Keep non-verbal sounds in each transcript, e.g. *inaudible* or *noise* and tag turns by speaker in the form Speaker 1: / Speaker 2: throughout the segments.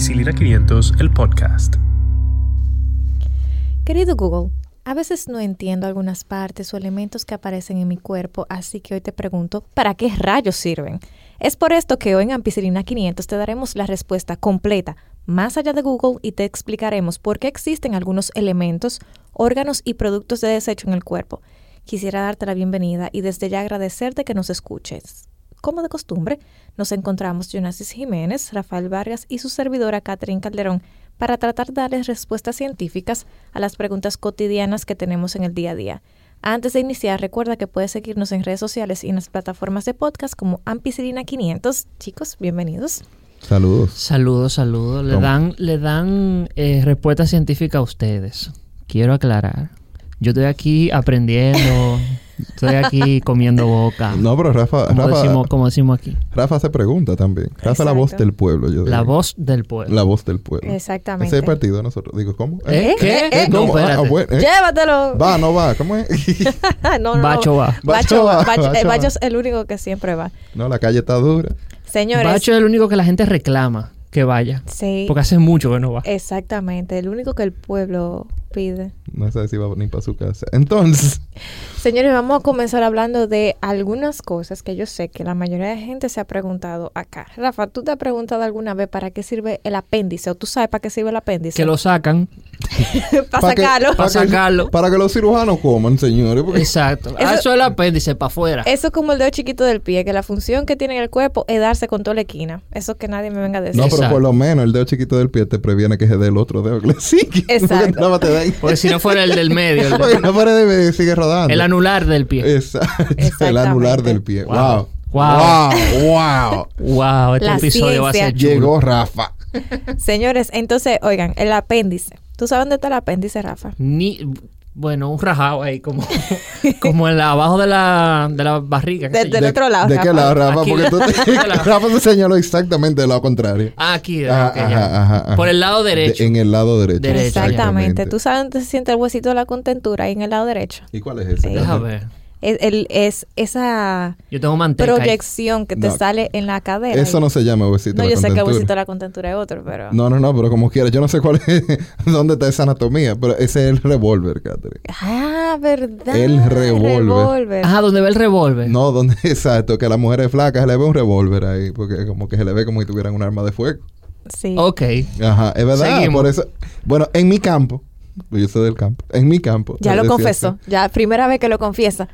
Speaker 1: 500, el podcast.
Speaker 2: Querido Google, a veces no entiendo algunas partes o elementos que aparecen en mi cuerpo, así que hoy te pregunto, ¿para qué rayos sirven? Es por esto que hoy en Ampicilina 500 te daremos la respuesta completa, más allá de Google, y te explicaremos por qué existen algunos elementos, órganos y productos de desecho en el cuerpo. Quisiera darte la bienvenida y desde ya agradecerte que nos escuches. Como de costumbre, nos encontramos Jonasis Jiménez, Rafael Vargas y su servidora Catherine Calderón para tratar de darles respuestas científicas a las preguntas cotidianas que tenemos en el día a día. Antes de iniciar, recuerda que puedes seguirnos en redes sociales y en las plataformas de podcast como Ampicilina 500. Chicos, bienvenidos.
Speaker 3: Saludos.
Speaker 4: Saludos, saludos. Le
Speaker 3: Toma.
Speaker 4: dan, le dan eh, respuesta científica a ustedes. Quiero aclarar. Yo estoy
Speaker 3: *laughs*
Speaker 4: aquí aprendiendo, estoy aquí comiendo boca.
Speaker 3: No, pero Rafa,
Speaker 4: Ah. como, decimos,
Speaker 3: Rafa,
Speaker 4: como decimos aquí.
Speaker 3: Rafa se pregunta también. Rafa es la voz
Speaker 2: Exacto.
Speaker 3: del pueblo. Yo
Speaker 4: La
Speaker 3: diría.
Speaker 4: voz del pueblo.
Speaker 3: La voz del pueblo.
Speaker 2: Exactamente.
Speaker 3: Ese es el partido de nosotros. Digo, ¿cómo?
Speaker 4: ¿Eh?
Speaker 2: ¿Eh?
Speaker 4: ¿Qué?
Speaker 2: ¿Eh?
Speaker 4: No,
Speaker 3: ¿Cómo? Ah,
Speaker 4: espérate.
Speaker 3: bueno, ¿eh?
Speaker 2: Llévatelo.
Speaker 3: Va, no va. ¿Cómo
Speaker 2: *laughs*
Speaker 3: es? *laughs*
Speaker 2: no, no, no.
Speaker 4: Bacho va.
Speaker 2: Bacho va. Bacho, eh,
Speaker 3: Bacho va.
Speaker 2: Bacho es el único que siempre va.
Speaker 3: no, la calle está dura.
Speaker 2: Señores.
Speaker 4: Bacho es el único que la gente reclama que vaya.
Speaker 2: Sí.
Speaker 4: Porque hace mucho que no va.
Speaker 2: Exactamente. El único que el pueblo pide.
Speaker 3: No sé si va ni para su casa. Entonces,
Speaker 2: Señores, vamos a comenzar hablando de algunas cosas que yo sé que la mayoría de gente se ha preguntado acá. Rafa, ¿tú te has preguntado alguna vez para qué sirve el apéndice? ¿O tú sabes para qué sirve el apéndice?
Speaker 4: Que lo sacan.
Speaker 2: *laughs* para
Speaker 3: que-
Speaker 2: sacarlo.
Speaker 4: Pa' sacarlo.
Speaker 3: para que los cirujanos coman, señores. porque-
Speaker 4: Exacto.
Speaker 2: Eso- Eh,
Speaker 4: Ah, Eso es el apéndice para afuera.
Speaker 2: Eso es como el dedo chiquito del pie, que la función que tiene en el cuerpo es darse con toda la esquina. Eso que nadie me venga a decir.
Speaker 3: No, pero
Speaker 4: Exacto.
Speaker 3: por lo menos el dedo chiquito del pie te previene que se dé el otro dedo que le sigue. *laughs*
Speaker 2: Exacto.
Speaker 3: Porque nada más te da ahí.
Speaker 4: Porque si no fuera el del
Speaker 3: *laughs*
Speaker 4: medio, el,
Speaker 3: Porque no para de sigue rodando.
Speaker 4: el anular del
Speaker 3: Eh,
Speaker 4: pie.
Speaker 3: Exacto. *laughs* El
Speaker 2: Exactamente.
Speaker 3: anular del pie. Wow.
Speaker 4: Wow.
Speaker 3: Wow.
Speaker 4: *laughs*
Speaker 3: Wow.
Speaker 4: Wow, este
Speaker 2: La
Speaker 4: episodio va a ser
Speaker 2: ciencia.
Speaker 4: chulo.
Speaker 3: Llegó Rafa.
Speaker 2: Señores, entonces, oigan, el apéndice. ¿Tú sabes dónde está el apéndice, Rafa?
Speaker 4: Ni, bueno, un rajado ahí, como, *laughs* como en la, abajo de la, de la barriga. qué sé
Speaker 2: Del-
Speaker 4: yo.
Speaker 2: del otro lado.
Speaker 3: ¿De
Speaker 2: Rafa.
Speaker 3: qué lado, Rafa?
Speaker 4: Aquí. *laughs*
Speaker 3: Porque tú te- Rafa me señaló exactamente del lado contrario.
Speaker 4: Ah, aquí, de-
Speaker 3: Ah,
Speaker 4: ok, ya.
Speaker 3: ajá, ajá, ajá.
Speaker 4: Por el lado derecho.
Speaker 3: De- en el lado derecho.
Speaker 4: Derecho.
Speaker 2: Exactamente. ¿Tú sabes dónde se siente el huesito de la contentura? Ahí en el lado derecho.
Speaker 3: ¿Y cuál es ese?
Speaker 4: Deja ver.
Speaker 2: Es, el- es esa
Speaker 4: Yo tengo manteca. ahí.
Speaker 2: proyección que te
Speaker 3: No.
Speaker 2: sale en la cadera.
Speaker 3: Eso no se llama huesito.
Speaker 2: No,
Speaker 3: de
Speaker 2: yo
Speaker 3: la
Speaker 2: sé que el
Speaker 3: contentura.
Speaker 2: huesito de la contentura es otro, pero...
Speaker 3: No, no, no, pero como quiera. Yo no sé cuál es, *laughs* dónde está esa anatomía, pero ese es el revólver, Catherine.
Speaker 2: Ah, ¿verdad?
Speaker 3: El revólver.
Speaker 2: revólver.
Speaker 4: Ajá, donde ve el revólver.
Speaker 3: No, donde, *laughs* exacto, que a las mujeres flacas se le ve un revólver ahí, porque como que se le ve como si tuvieran un arma de fuego.
Speaker 2: Sí.
Speaker 4: Ok.
Speaker 3: Ajá, es verdad.
Speaker 4: Seguimos.
Speaker 3: Por eso, bueno, en mi campo, pues yo soy del campo, en mi campo.
Speaker 2: Ya
Speaker 3: es
Speaker 2: lo
Speaker 3: decir,
Speaker 2: confesó. Ya, primera vez que lo confiesa.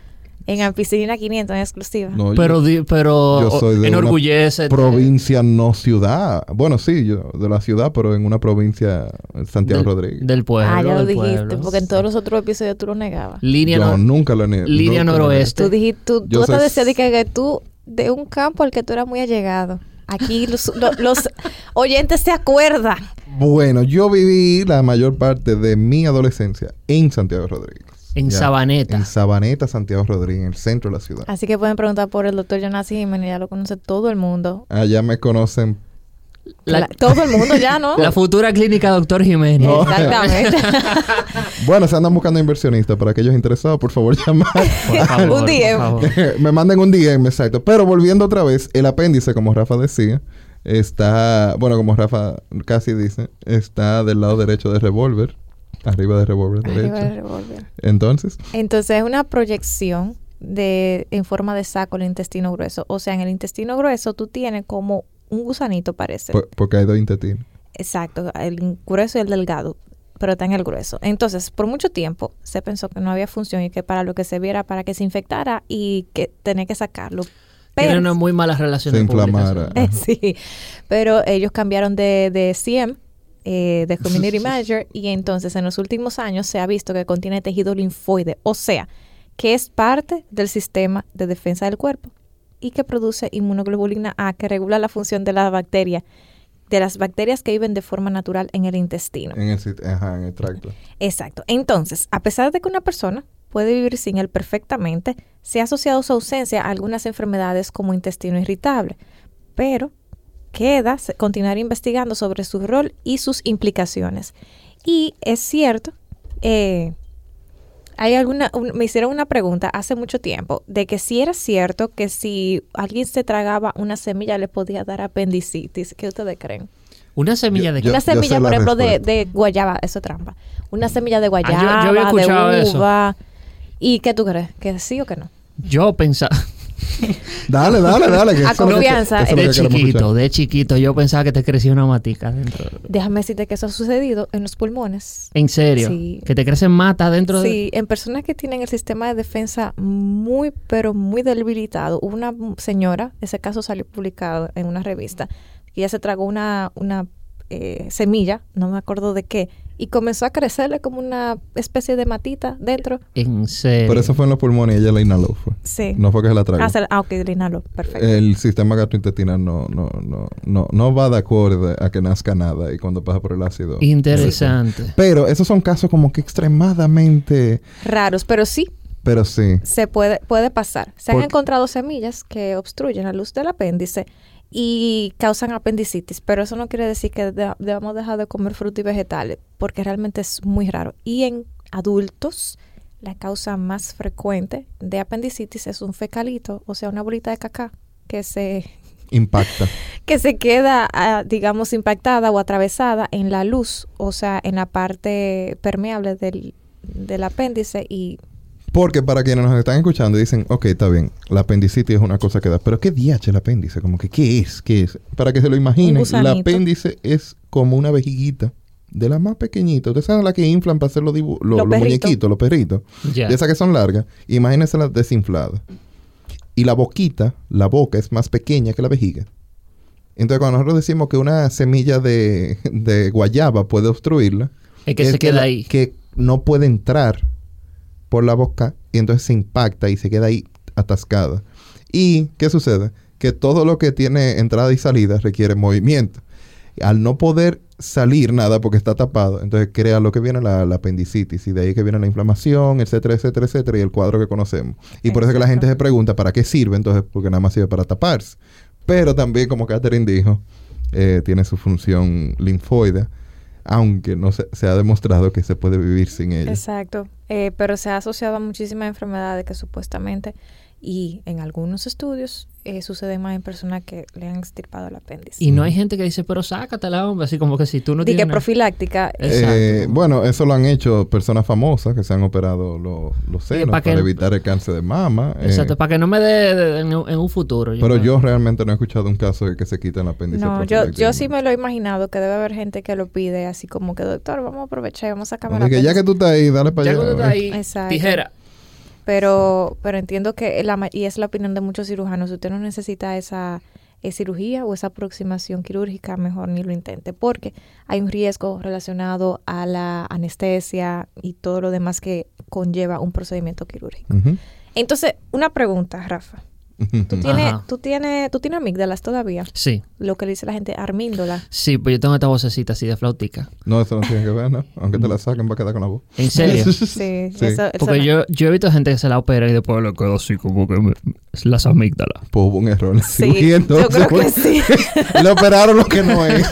Speaker 2: En Ampicilina 500, en exclusiva.
Speaker 3: No,
Speaker 4: Pero, di- pero
Speaker 3: Yo soy de
Speaker 4: enorgullece.
Speaker 3: una provincia, no ciudad. Bueno, sí, yo de la ciudad, pero en una provincia, eh, Santiago
Speaker 4: del,
Speaker 3: Rodríguez.
Speaker 4: Del pueblo.
Speaker 2: ah, ya lo
Speaker 4: del
Speaker 2: dijiste,
Speaker 4: pueblo.
Speaker 2: porque en todos los otros episodios tú lo negabas.
Speaker 4: Línea
Speaker 3: yo
Speaker 4: no-
Speaker 3: nunca lo he
Speaker 4: Línea noroeste.
Speaker 2: Tú dijiste, tú,
Speaker 3: Yo
Speaker 2: tú hasta
Speaker 3: soy-
Speaker 2: decías de que, que tú, de un campo al que tú eras muy allegado. Aquí los, *laughs* lo- los oyentes se acuerdan.
Speaker 3: Bueno, yo viví la mayor parte de mi adolescencia en Santiago Rodríguez.
Speaker 4: En
Speaker 3: Ya.
Speaker 4: Sabaneta.
Speaker 3: En Sabaneta, Santiago Rodríguez, en el centro de la ciudad.
Speaker 2: Así que pueden preguntar por el doctor Jonás Jiménez, ya lo conoce todo el mundo.
Speaker 3: Allá me conocen.
Speaker 4: la,
Speaker 2: La- todo el mundo ya, Ah, ¿no?
Speaker 4: *laughs* la futura clínica Doctor Jiménez.
Speaker 2: *laughs*
Speaker 3: No.
Speaker 2: Exactamente.
Speaker 3: Bueno, se andan buscando inversionistas. Para aquellos interesados, por favor, *laughs* llamar.
Speaker 2: *laughs*
Speaker 4: Por favor,
Speaker 2: Un DM.
Speaker 4: por
Speaker 3: *laughs*
Speaker 4: favor.
Speaker 3: me manden un DM, exacto. Pero volviendo otra vez, el apéndice, como Rafa decía, está, bueno, como Rafa casi dice, está del lado derecho del revólver, arriba del revólver derecho.
Speaker 2: Arriba del revólver.
Speaker 3: Entonces,
Speaker 2: Entonces es una proyección de en forma de saco el intestino grueso. O sea, en el intestino grueso tú tienes como un gusanito parece.
Speaker 3: por- porque hay dos intestinos.
Speaker 2: Exacto, el grueso y el delgado, pero está en el grueso. Entonces, por mucho tiempo se pensó que no había función y que para lo que se viera, para que se infectara y que tenía que sacarlo.
Speaker 4: Tiene
Speaker 2: Pero,
Speaker 4: una muy mala relación.
Speaker 2: *laughs*
Speaker 3: Se inflamara. Ajá.
Speaker 2: Eh, sí, pero ellos cambiaron de, de CM, eh, de Community Manager, y entonces en los últimos años se ha visto que contiene tejido linfoide, o sea, que es parte del sistema de defensa del cuerpo y que produce inmunoglobulina A, que regula la función de la bacteria, de las bacterias que viven de forma natural en el intestino.
Speaker 3: En el, sit- ajá, en el tracto.
Speaker 2: Exacto. Entonces, a pesar de que una persona puede vivir sin él perfectamente, se ha asociado su ausencia a algunas enfermedades como intestino irritable, pero queda se- continuar investigando sobre su rol y sus implicaciones. Y es cierto, eh, hay alguna, un- me hicieron una pregunta hace mucho tiempo de que si era cierto que si alguien se tragaba una semilla le podía dar apendicitis. ¿Qué ustedes creen?
Speaker 4: Una semilla de
Speaker 3: Yo-
Speaker 2: una
Speaker 3: yo sé
Speaker 2: semilla,
Speaker 3: la
Speaker 2: por ejemplo, de,
Speaker 3: respuesta.
Speaker 2: de guayaba, eso es trampa. Una semilla de guayaba,
Speaker 4: Ah, yo había escuchado
Speaker 2: de
Speaker 4: eso.
Speaker 2: uva. ¿Y qué tú crees? ¿Que sí o que no?
Speaker 4: Yo pensaba,
Speaker 3: Dale, dale,
Speaker 2: *laughs*
Speaker 3: dale. que
Speaker 2: A
Speaker 3: eso es lo que-
Speaker 2: confianza,
Speaker 3: eso es lo
Speaker 2: eh.
Speaker 3: que
Speaker 4: de
Speaker 3: queremos
Speaker 4: chiquito,
Speaker 3: escuchar.
Speaker 4: de chiquito, yo pensaba que te crecía una matica dentro.
Speaker 2: Déjame decirte que eso ha sucedido en los pulmones.
Speaker 4: ¿En serio?
Speaker 2: Sí.
Speaker 4: Que te crecen matas dentro de...
Speaker 2: Sí, en personas que tienen el sistema de defensa muy, pero muy debilitado. Hubo Una señora, ese caso salió publicado en una revista, que ella se tragó una, una eh, semilla, no me acuerdo de qué, y comenzó a crecerle como una especie de matita dentro.
Speaker 4: En serio.
Speaker 3: Pero eso fue en los pulmones y ella la inhaló. Fue.
Speaker 2: Sí.
Speaker 3: No Eh, fue que se la tragó.
Speaker 2: Ah, se- ah, ok, le inhaló. Perfecto.
Speaker 3: El sistema gastrointestinal no, no, no, no, no va de acuerdo a que nazca nada y cuando pasa por el ácido.
Speaker 4: Interesante.
Speaker 3: Pero esos son casos como que extremadamente.
Speaker 2: Raros, pero sí,
Speaker 3: Pero sí.
Speaker 2: se puede, puede pasar. Se han
Speaker 3: Por-
Speaker 2: encontrado semillas que obstruyen la luz del apéndice y causan apendicitis, pero eso no quiere decir que de- debamos dejar de comer frutas y vegetales, porque realmente es muy raro. Y en adultos, la causa más frecuente de apendicitis es un fecalito, o sea, una bolita de caca que se,
Speaker 3: Impacta.
Speaker 2: que se queda, ah, digamos, impactada o atravesada en la luz, o sea, en la parte permeable del, del apéndice y
Speaker 3: Porque para quienes nos están escuchando y dicen, ok, está bien, la apendicitis es una cosa que da, pero ¿qué diache el apéndice? Como que, ¿qué es? ¿Qué es? Para que se lo imaginen, el
Speaker 2: gusanito.
Speaker 3: apéndice es como una vejiguita de la más pequeñita. Ustedes saben la que inflan para hacer los, dibu-
Speaker 2: Los
Speaker 3: los- los
Speaker 2: perritos.
Speaker 3: muñequitos, los perritos.
Speaker 4: Ya.
Speaker 3: De esas que son largas, imagínense las desinfladas. Y la boquita, la boca es más pequeña que la vejiga. Entonces, cuando nosotros decimos que una semilla de, de guayaba puede obstruirla,
Speaker 4: Es que
Speaker 3: es
Speaker 4: se queda
Speaker 3: la-
Speaker 4: ahí.
Speaker 3: Que no puede entrar por la boca y entonces se impacta y se queda ahí atascada. ¿Y qué sucede? Que todo lo que tiene entrada y salida requiere movimiento. Al no poder salir nada porque está tapado, entonces crea lo que viene la, la apendicitis y de ahí que viene la inflamación, etcétera, etcétera, etcétera, y el cuadro que conocemos. Y por eso es que la gente se pregunta para qué sirve, entonces, porque nada más sirve para taparse. Pero también, como Catherine dijo, eh, tiene su función linfoidea, aunque no se, se ha demostrado que se puede vivir sin ella.
Speaker 2: Exacto, Eh, pero se ha asociado a muchísimas enfermedades que supuestamente, y en algunos estudios, eh, sucede más en personas que le han extirpado el apéndice.
Speaker 4: Y no hay gente que dice, pero sácatela, hombre. Así como que si tú no
Speaker 2: Di
Speaker 4: tienes...
Speaker 2: que
Speaker 4: nada.
Speaker 2: profiláctica,
Speaker 4: Eh,
Speaker 2: eh,
Speaker 3: Eh,
Speaker 4: Exacto.
Speaker 3: bueno, eso lo han hecho personas famosas que se han operado lo- los senos
Speaker 4: pa'
Speaker 3: para,
Speaker 4: que-
Speaker 3: evitar el cáncer de mama. eh,
Speaker 4: Exacto, para que no me dé de- de- en, un- en un futuro.
Speaker 3: pero
Speaker 4: me-
Speaker 3: yo realmente no he escuchado un caso de que se quita el apéndice.
Speaker 2: no, yo, yo sí
Speaker 3: profilácticamente.
Speaker 2: me lo he imaginado que debe haber gente que lo pide así como que, doctor, vamos a aprovechar y vamos a sacarme el
Speaker 3: Así que ya que
Speaker 2: apéndice".
Speaker 3: tú estás ahí, dale para
Speaker 4: Ya
Speaker 3: allá.
Speaker 4: cuando está ahí,
Speaker 2: Exacto.
Speaker 4: tijera.
Speaker 2: Pero, pero entiendo que, la, ma- y es la opinión de muchos cirujanos, si usted no necesita esa eh, cirugía o esa aproximación quirúrgica, mejor ni lo intente, porque hay un riesgo relacionado a la anestesia y todo lo demás que conlleva un procedimiento quirúrgico.
Speaker 3: Ujú.
Speaker 2: Entonces, una pregunta, Rafa. ¿Tú tienes,
Speaker 4: Ajá.
Speaker 2: tú tienes, tú tienes amígdalas todavía?
Speaker 4: Sí,
Speaker 2: Lo que le dice la gente, armíndola.
Speaker 4: sí, pues yo tengo esta vocecita así de flautica.
Speaker 3: *laughs* No, eso no tiene que ver, ¿no? Aunque te la saquen, va a quedar con la voz. *laughs*
Speaker 4: En serio.
Speaker 2: Sí,
Speaker 3: Sí.
Speaker 2: eso- eso
Speaker 4: Porque
Speaker 2: no.
Speaker 4: yo, yo he visto gente que se la opera y después le quedó así como que me- las amígdalas.
Speaker 3: Pues hubo un error. en la cirugía,
Speaker 2: Sí, yo
Speaker 3: *laughs* entonces,
Speaker 2: creo que
Speaker 3: pues.
Speaker 2: sí. *laughs*
Speaker 3: *laughs* Le operaron lo que no era.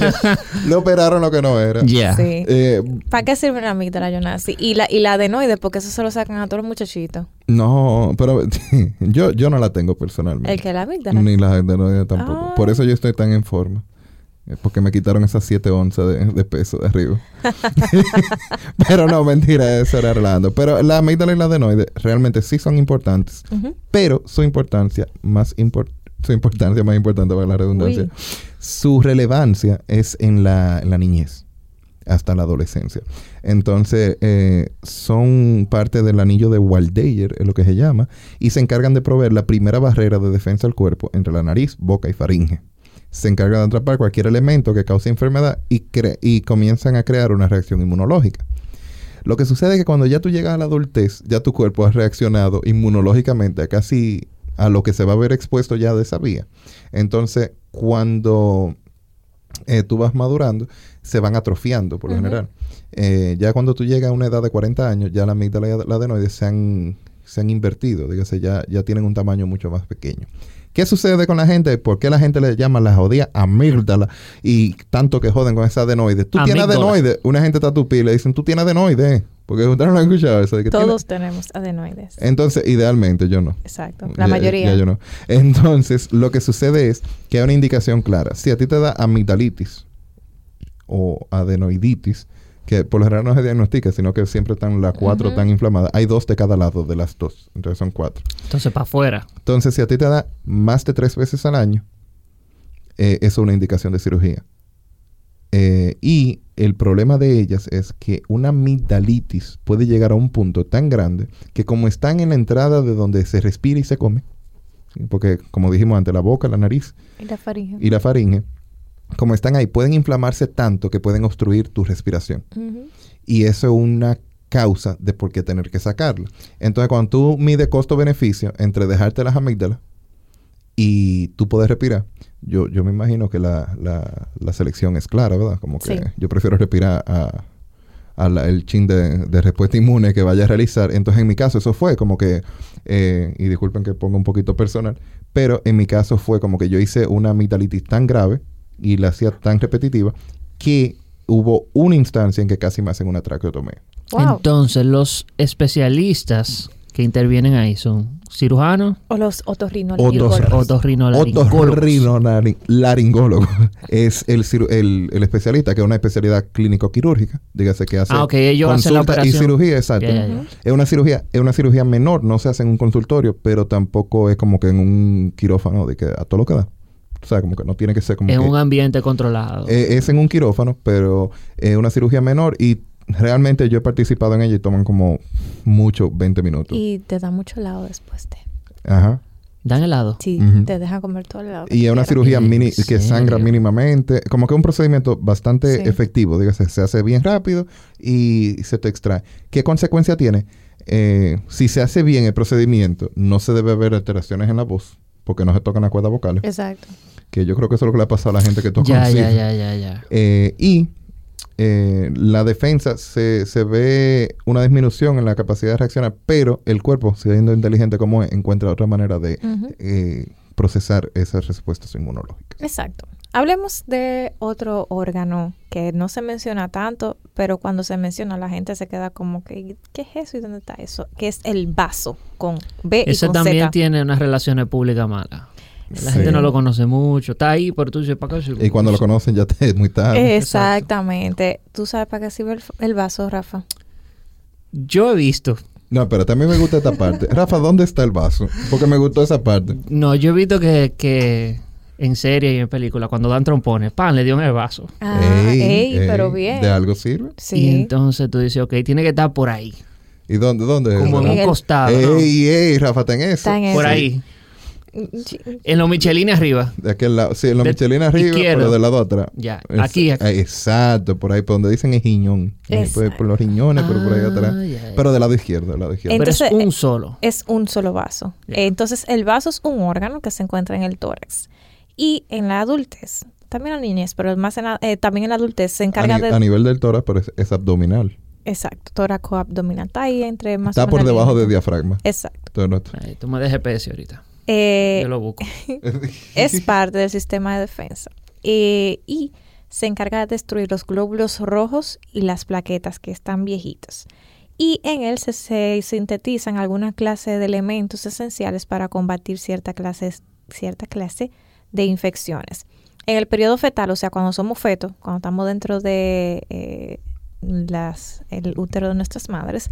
Speaker 3: Le operaron lo que no era.
Speaker 4: Ya.
Speaker 2: Sí.
Speaker 3: Eh,
Speaker 2: ¿Para qué sirve la amígdala, Jonasi? Y la, y la adenoide, porque eso se lo sacan a todos los muchachitos.
Speaker 3: no, pero *laughs* yo, yo no la tengo personalmente.
Speaker 2: El que la amígdala.
Speaker 3: Ni la adenoide tampoco.
Speaker 2: Ah.
Speaker 3: Por eso yo estoy tan en forma. Eh, Porque me quitaron esas 7 onzas de, de peso de
Speaker 2: *laughs*
Speaker 3: arriba. *laughs* pero no, mentira, eso era relajando. Pero la amígdala y la adenoide realmente sí son importantes.
Speaker 2: Ujú.
Speaker 3: Pero su importancia más impor- su importancia más importante para la redundancia,
Speaker 2: Uy.
Speaker 3: su relevancia es en la, en la niñez hasta la adolescencia. Entonces, eh, son parte del anillo de Waldeyer, es lo que se llama, y se encargan de proveer la primera barrera de defensa al cuerpo entre la nariz, boca y faringe. Se encargan de atrapar cualquier elemento que cause enfermedad y, cre- y comienzan a crear una reacción inmunológica. Lo que sucede es que cuando ya tú llegas a la adultez, ya tu cuerpo ha reaccionado inmunológicamente a casi a lo que se va a ver expuesto ya de esa vía. Entonces, cuando eh, tú vas madurando, se van atrofiando por lo
Speaker 2: Ujú.
Speaker 3: general. Eh, ya cuando tú llegas a una edad de 40 años, ya la amígdala y la adenoide se han, se han invertido, dígase, ya, ya tienen un tamaño mucho más pequeño. ¿Qué sucede con la gente? ¿Por qué la gente le llama la jodida amígdala y tanto que joden con esa adenoide? Tú tienes
Speaker 4: Amígdala.
Speaker 3: adenoide, una gente está tupida y le dicen, tú tienes adenoide, porque ustedes no han escuchado eso. de que
Speaker 2: Todos tenemos adenoides.
Speaker 3: tiene- Entonces, idealmente, yo no.
Speaker 2: Exacto. La
Speaker 3: Eh, Ya-
Speaker 2: mayoría.
Speaker 3: ya yo no. Entonces, lo que sucede es que hay una indicación clara. Si a ti te da amigdalitis o adenoiditis, que por lo general no se diagnostica, sino que siempre están las cuatro
Speaker 2: Ujú.
Speaker 3: tan inflamadas. Hay dos de cada lado de las dos, entonces son cuatro.
Speaker 4: Entonces, para afuera.
Speaker 3: Entonces, si a ti te da más de tres veces al año, eh, eso es una indicación de cirugía. Eh, y el problema de ellas es que una amigdalitis puede llegar a un punto tan grande que como están en la entrada de donde se respira y se come, porque como dijimos antes, la boca, la nariz
Speaker 2: Y la faringe.
Speaker 3: y la faringe, como están ahí, pueden inflamarse tanto que pueden obstruir tu respiración.
Speaker 2: Ujú.
Speaker 3: Y eso es una causa de por qué tener que sacarla. Entonces, cuando tú mides costo-beneficio entre dejarte las amígdalas y tú puedes respirar, yo, yo me imagino que la, la- la selección es clara, ¿verdad? Como que
Speaker 2: Sí.
Speaker 3: yo prefiero respirar a, a la- el chin de, de respuesta inmune que vaya a realizar. Entonces, en mi caso, eso fue como que, eh, y disculpen que ponga un poquito personal, pero en mi caso fue como que yo hice una amigdalitis tan grave y la hacía tan repetitiva que hubo una instancia en que casi me hacen una traqueotomía.
Speaker 2: Wow.
Speaker 4: Entonces, los especialistas que intervienen ahí son cirujanos,
Speaker 2: o los otorrinolaringólogos.
Speaker 3: Otorrin-
Speaker 4: otorrinolaringólogos.
Speaker 3: Otorrinolaringólogo *laughs* es el, ciru- el, el especialista, que es una especialidad clínico-quirúrgica. Dígase que hace
Speaker 4: Ah, ok, ellos hacen la
Speaker 3: consulta y
Speaker 4: operación.
Speaker 3: cirugía, exacto.
Speaker 4: Ya, ya, ya.
Speaker 2: Ujú.
Speaker 3: Es una cirugía, es una cirugía menor, no se hace en un consultorio, pero tampoco es como que en un quirófano de que a todo lo que da. O sea, como que no tiene que ser como
Speaker 4: En
Speaker 3: que-
Speaker 4: un ambiente controlado.
Speaker 3: Eh, es en un quirófano, pero es una cirugía menor y realmente yo he participado en ella y toman como mucho 20 minutos.
Speaker 2: Y te da mucho helado después de.
Speaker 3: Ajá.
Speaker 4: Dan helado.
Speaker 2: Sí,
Speaker 3: Ujú.
Speaker 2: te deja comer todo el helado. que
Speaker 3: Y es una
Speaker 2: quieras.
Speaker 3: cirugía
Speaker 4: ¿En
Speaker 3: mini que
Speaker 4: serio?
Speaker 3: sangra mínimamente. Como que un procedimiento bastante
Speaker 2: Sí.
Speaker 3: efectivo. Dígase, se hace bien rápido y se te extrae. ¿Qué consecuencia tiene? Eh, si se hace bien el procedimiento, no se debe ver alteraciones en la voz porque no se tocan las cuerdas vocales.
Speaker 2: Exacto.
Speaker 3: Que yo creo que eso es lo que le ha pasado a la gente que toca
Speaker 4: Eh. Ya,
Speaker 3: un
Speaker 4: ya,
Speaker 3: sifo.
Speaker 4: ya, ya, ya.
Speaker 3: Eh, y eh, la defensa se, se ve una disminución en la capacidad de reaccionar, pero el cuerpo, siendo inteligente como es, encuentra otra manera de
Speaker 2: Ujú.
Speaker 3: eh, procesar esas respuestas inmunológicas.
Speaker 2: Exacto. Hablemos de otro órgano que no se menciona tanto, pero cuando se menciona la gente se queda como que, ¿qué es eso y dónde está eso? Que es el vaso con B Eh, y
Speaker 4: Ese
Speaker 2: con
Speaker 4: también
Speaker 2: Z.
Speaker 4: tiene unas relaciones públicas malas. La
Speaker 2: Sí.
Speaker 4: gente no lo conoce mucho. Está ahí, pero tú dices, ¿para qué? sirve?
Speaker 3: Y cuando lo conocen ya *laughs* te- es muy tarde.
Speaker 2: Eh. Exactamente. ¿Tú sabes para qué sirve el, el vaso, Rafa?
Speaker 4: Yo he visto.
Speaker 3: No, pero también me gusta
Speaker 2: *laughs*
Speaker 3: esta parte. Rafa, ¿dónde está el vaso? Porque me gustó esa parte.
Speaker 4: No, yo he visto que, que en serie y en película, cuando dan trompones, pan, le dio en el vaso.
Speaker 2: Ah,
Speaker 3: Ey,
Speaker 2: ey,
Speaker 3: ey,
Speaker 2: pero bien.
Speaker 3: ¿De algo sirve?
Speaker 4: Y
Speaker 2: Sí.
Speaker 4: entonces tú dices, ok, tiene que estar por ahí.
Speaker 3: ¿Y dónde? dónde es?
Speaker 4: Como en
Speaker 2: En
Speaker 4: un
Speaker 2: el-
Speaker 4: costado. ¿no?
Speaker 3: Eh, Ey, ey, Rafa, ten eso.
Speaker 2: Está en
Speaker 4: Por
Speaker 2: ese.
Speaker 4: ahí. En los Michelin arriba.
Speaker 3: De aquel lado. Sí, en la
Speaker 4: De-
Speaker 3: Michelin arriba,
Speaker 4: izquierdo.
Speaker 3: pero del lado atrás.
Speaker 4: Ya,
Speaker 3: Es-
Speaker 4: aquí, aquí.
Speaker 3: ah, Exacto, por ahí, por donde dicen es riñón. Eh, Por, por los riñones, pero por ahí atrás.
Speaker 4: Ah, ya, ya.
Speaker 3: Pero del lado izquierdo, del lado izquierdo.
Speaker 2: En-
Speaker 4: Pero
Speaker 2: Entonces, eh,
Speaker 4: es un solo.
Speaker 2: es un solo vaso.
Speaker 4: Ya.
Speaker 2: Entonces, el vaso es un órgano que se encuentra en el tórax. Y en la adultez, también en la niñez, pero más en la- eh, también en la adultez se
Speaker 3: a,
Speaker 2: encarga
Speaker 3: ni-
Speaker 2: de...
Speaker 3: a nivel del tórax, pero es, es abdominal.
Speaker 2: Exacto, tóraco abdominal. Está ahí entre más o
Speaker 3: Está
Speaker 2: menos
Speaker 3: por
Speaker 2: la
Speaker 3: debajo
Speaker 2: línea.
Speaker 3: del diafragma.
Speaker 2: Exacto.
Speaker 3: Entonces, no está-
Speaker 4: Ay, tú me dejes especie ahorita.
Speaker 2: Eh,
Speaker 4: Yo lo busco.
Speaker 2: *laughs*
Speaker 3: *laughs*
Speaker 2: es parte del sistema de defensa. Eh, y se encarga de destruir los glóbulos rojos y las plaquetas que están viejitas. Y en él se, se sintetizan alguna clase de elementos esenciales para combatir cierta clase, cierta clase de infecciones. En el periodo fetal, o sea, cuando somos fetos, cuando estamos dentro de eh, las, el útero de nuestras madres,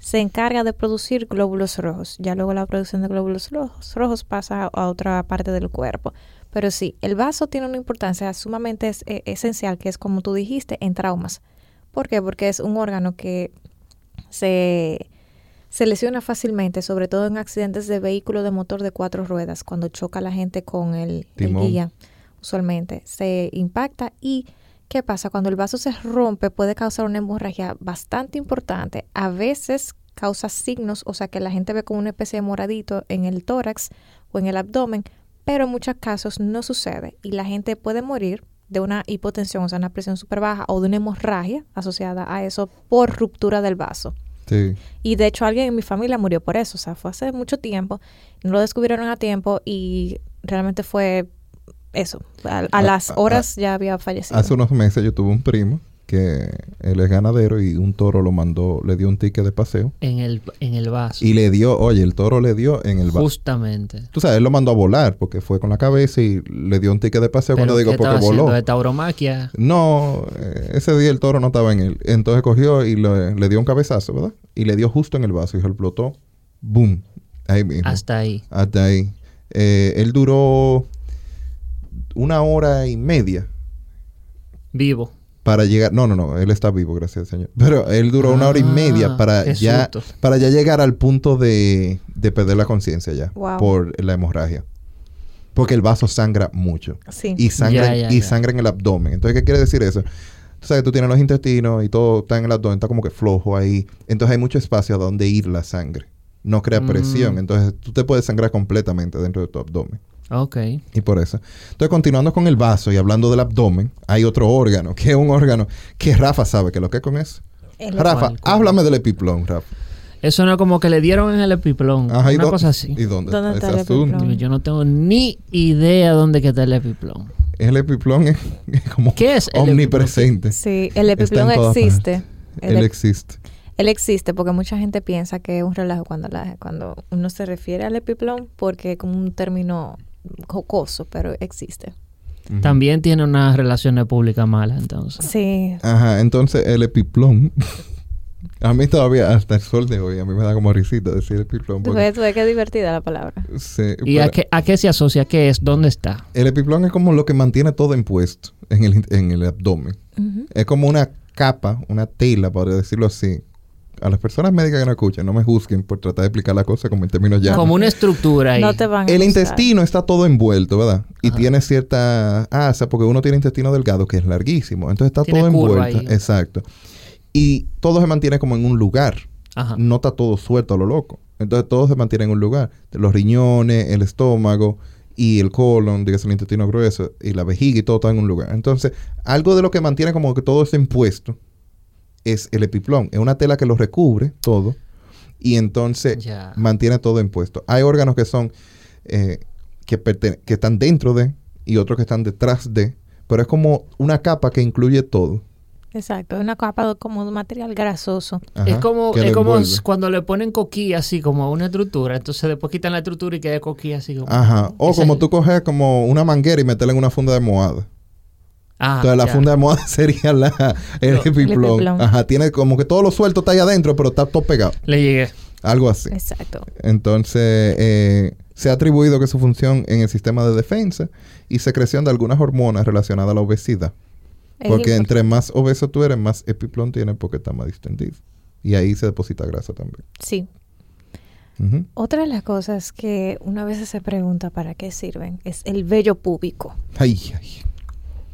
Speaker 2: se encarga de producir glóbulos rojos. Ya luego la producción de glóbulos rojos, rojos pasa a otra parte del cuerpo. Pero sí, el vaso tiene una importancia sumamente es- eh, esencial, que es como tú dijiste, en traumas. ¿Por qué? Porque es un órgano que se, se lesiona fácilmente, sobre todo en accidentes de vehículo de motor de cuatro ruedas, cuando choca la gente con el, el
Speaker 3: Timón.
Speaker 2: guía, usualmente. Se impacta y ¿qué pasa? Cuando el vaso se rompe puede causar una hemorragia bastante importante. A veces causa signos, o sea que la gente ve como una especie de moradito en el tórax o en el abdomen, pero en muchos casos no sucede y la gente puede morir de una hipotensión, o sea, una presión súper baja o de una hemorragia asociada a eso por ruptura del vaso.
Speaker 3: Sí.
Speaker 2: Y de hecho alguien en mi familia murió por eso, o sea, fue hace mucho tiempo, no lo descubrieron a tiempo y realmente fue eso, a, a
Speaker 3: A-
Speaker 2: las
Speaker 3: a- Ah,
Speaker 2: horas ya había fallecido.
Speaker 3: Hace unos meses yo tuve un primo que él es ganadero y un toro lo mandó, le dio un ticket de paseo
Speaker 4: En el, en el vaso.
Speaker 3: y le dio, oye, el toro le dio en el vaso.
Speaker 4: Justamente.
Speaker 3: Tú sabes, él lo mandó a volar porque fue con la cabeza y le dio un ticket de paseo cuando
Speaker 4: Pero,
Speaker 3: digo
Speaker 4: ¿qué
Speaker 3: porque
Speaker 4: estaba haciendo?
Speaker 3: voló.
Speaker 4: ¿De tauromaquia?
Speaker 3: No, eh, ese día el toro no estaba en él. Entonces cogió y le, le dio un cabezazo, ¿verdad? Y le dio justo en el vaso y se lo explotó. ¡Boom! Ahí mismo. Hasta,
Speaker 4: Hasta ahí.
Speaker 3: ahí. Eh, él duró una hora y media
Speaker 4: Vivo.
Speaker 3: para llegar. No, no, no. Él está vivo, gracias al Señor. Pero él duró una hora y
Speaker 4: Ah,
Speaker 3: media para
Speaker 4: qué
Speaker 3: ya,
Speaker 4: susto.
Speaker 3: para ya llegar al punto de, de perder la conciencia ya
Speaker 2: Wow.
Speaker 3: por la hemorragia. Porque el vaso sangra mucho.
Speaker 2: Sí.
Speaker 3: y sangra,
Speaker 4: Ya, ya,
Speaker 3: y
Speaker 4: ya.
Speaker 3: sangra en el abdomen. Entonces, ¿qué quiere decir eso? Tú sabes, tú tienes los intestinos y todo está en el abdomen, está como que flojo ahí. Entonces hay mucho espacio a donde ir la sangre. No crea
Speaker 4: Mm.
Speaker 3: presión. Entonces tú te puedes sangrar completamente dentro de tu abdomen.
Speaker 4: Ok.
Speaker 3: Y por eso. Entonces, continuando con el vaso y hablando del abdomen, hay otro órgano, que es un órgano que Rafa sabe que lo que es con eso.
Speaker 2: El-
Speaker 3: Rafa,
Speaker 4: ¿Cuál, cuál?
Speaker 3: háblame del epiplón, Rafa.
Speaker 4: Eso no como que le dieron en el epiplón.
Speaker 3: Ajá, ¿y
Speaker 4: una
Speaker 3: dó-
Speaker 4: cosa así.
Speaker 3: ¿Y dónde,
Speaker 2: ¿Dónde está
Speaker 3: está
Speaker 2: el
Speaker 3: ese asunto?
Speaker 2: epiplón?
Speaker 4: Yo no tengo ni idea dónde que está el epiplón.
Speaker 3: El epiplón es, *laughs* es como
Speaker 4: ¿Qué es el epiplón?
Speaker 3: omnipresente.
Speaker 2: sí, el
Speaker 3: Está en
Speaker 2: epiplón
Speaker 3: todas
Speaker 2: existe.
Speaker 3: partes.
Speaker 2: El
Speaker 3: Él
Speaker 2: ep-
Speaker 3: existe.
Speaker 2: Él existe porque mucha gente piensa que es un relajo cuando, la- cuando uno se refiere al epiplón porque es como un término jocoso, pero existe.
Speaker 3: Ujú.
Speaker 4: También tiene unas relaciones públicas malas, entonces.
Speaker 2: Sí.
Speaker 3: Ajá, entonces el epiplón. *laughs* a mí todavía, hasta el sol de hoy, a mí me da como risita decir epiplón.
Speaker 2: Tú
Speaker 3: porque-
Speaker 2: ves, tú ves qué divertida la palabra.
Speaker 3: Sí,
Speaker 4: ¿Y a
Speaker 3: Eh, pero
Speaker 4: qué, a qué se asocia? ¿Qué es? ¿Dónde está?
Speaker 3: El epiplón es como lo que mantiene todo impuesto en el, en el abdomen.
Speaker 2: Ujú.
Speaker 3: Es como una capa, una tela, para decirlo así. A las personas médicas que no escuchan, no me juzguen por tratar de explicar la cosa como en términos ya.
Speaker 4: Como una estructura ahí.
Speaker 2: No te van a
Speaker 3: El
Speaker 2: juzgar.
Speaker 3: intestino está todo envuelto, ¿verdad? Y
Speaker 4: Ajá.
Speaker 3: tiene cierta asa, porque uno tiene intestino delgado, que es larguísimo. Entonces está
Speaker 4: Tiene
Speaker 3: todo
Speaker 4: curva
Speaker 3: envuelto.
Speaker 4: ahí.
Speaker 3: Exacto. Y todo se mantiene como en un lugar.
Speaker 4: Ajá.
Speaker 3: no está todo suelto a lo loco. Entonces todo se mantiene en un lugar. Los riñones, el estómago y el colon, dígase el intestino grueso y la vejiga y todo está en un lugar. Entonces, algo de lo que mantiene como que todo está impuesto es el epiplón. Es una tela que lo recubre todo y entonces
Speaker 4: Ya.
Speaker 3: mantiene todo impuesto. Hay órganos que son eh, que, pertene- que están dentro de y otros que están detrás de, pero es como una capa que incluye todo.
Speaker 2: Exacto, es una capa de- como de material grasoso.
Speaker 4: es
Speaker 3: Ajá,
Speaker 4: como,
Speaker 3: que lo
Speaker 4: es como
Speaker 3: envuelve.
Speaker 4: cuando le ponen coquí así como a una estructura, entonces después quitan la estructura y queda coquí así como...
Speaker 3: Ajá. O
Speaker 4: Esa-
Speaker 3: como tú coges como una manguera y meterla en una funda de moada.
Speaker 4: Ah,
Speaker 3: Entonces la
Speaker 4: ya.
Speaker 3: funda de moada *laughs* sería la, el
Speaker 4: No.
Speaker 2: El
Speaker 3: epiplón.
Speaker 2: epiplón.
Speaker 3: Ajá. Tiene como que todo lo suelto está ahí adentro, pero está todo pegado.
Speaker 4: Le llegué.
Speaker 3: Algo así.
Speaker 2: Exacto.
Speaker 3: Entonces, eh, se ha atribuido que su función en el sistema de defensa y secreción de algunas hormonas relacionadas a la obesidad.
Speaker 2: Es
Speaker 3: porque
Speaker 2: impor-
Speaker 3: entre más obeso tú eres, más epiplón tienes porque está más distendido. Y ahí se deposita grasa también.
Speaker 2: Sí.
Speaker 3: Ujú.
Speaker 2: Otra de las cosas que una vez se pregunta para qué sirven es el vello púbico.
Speaker 3: Ay, ay.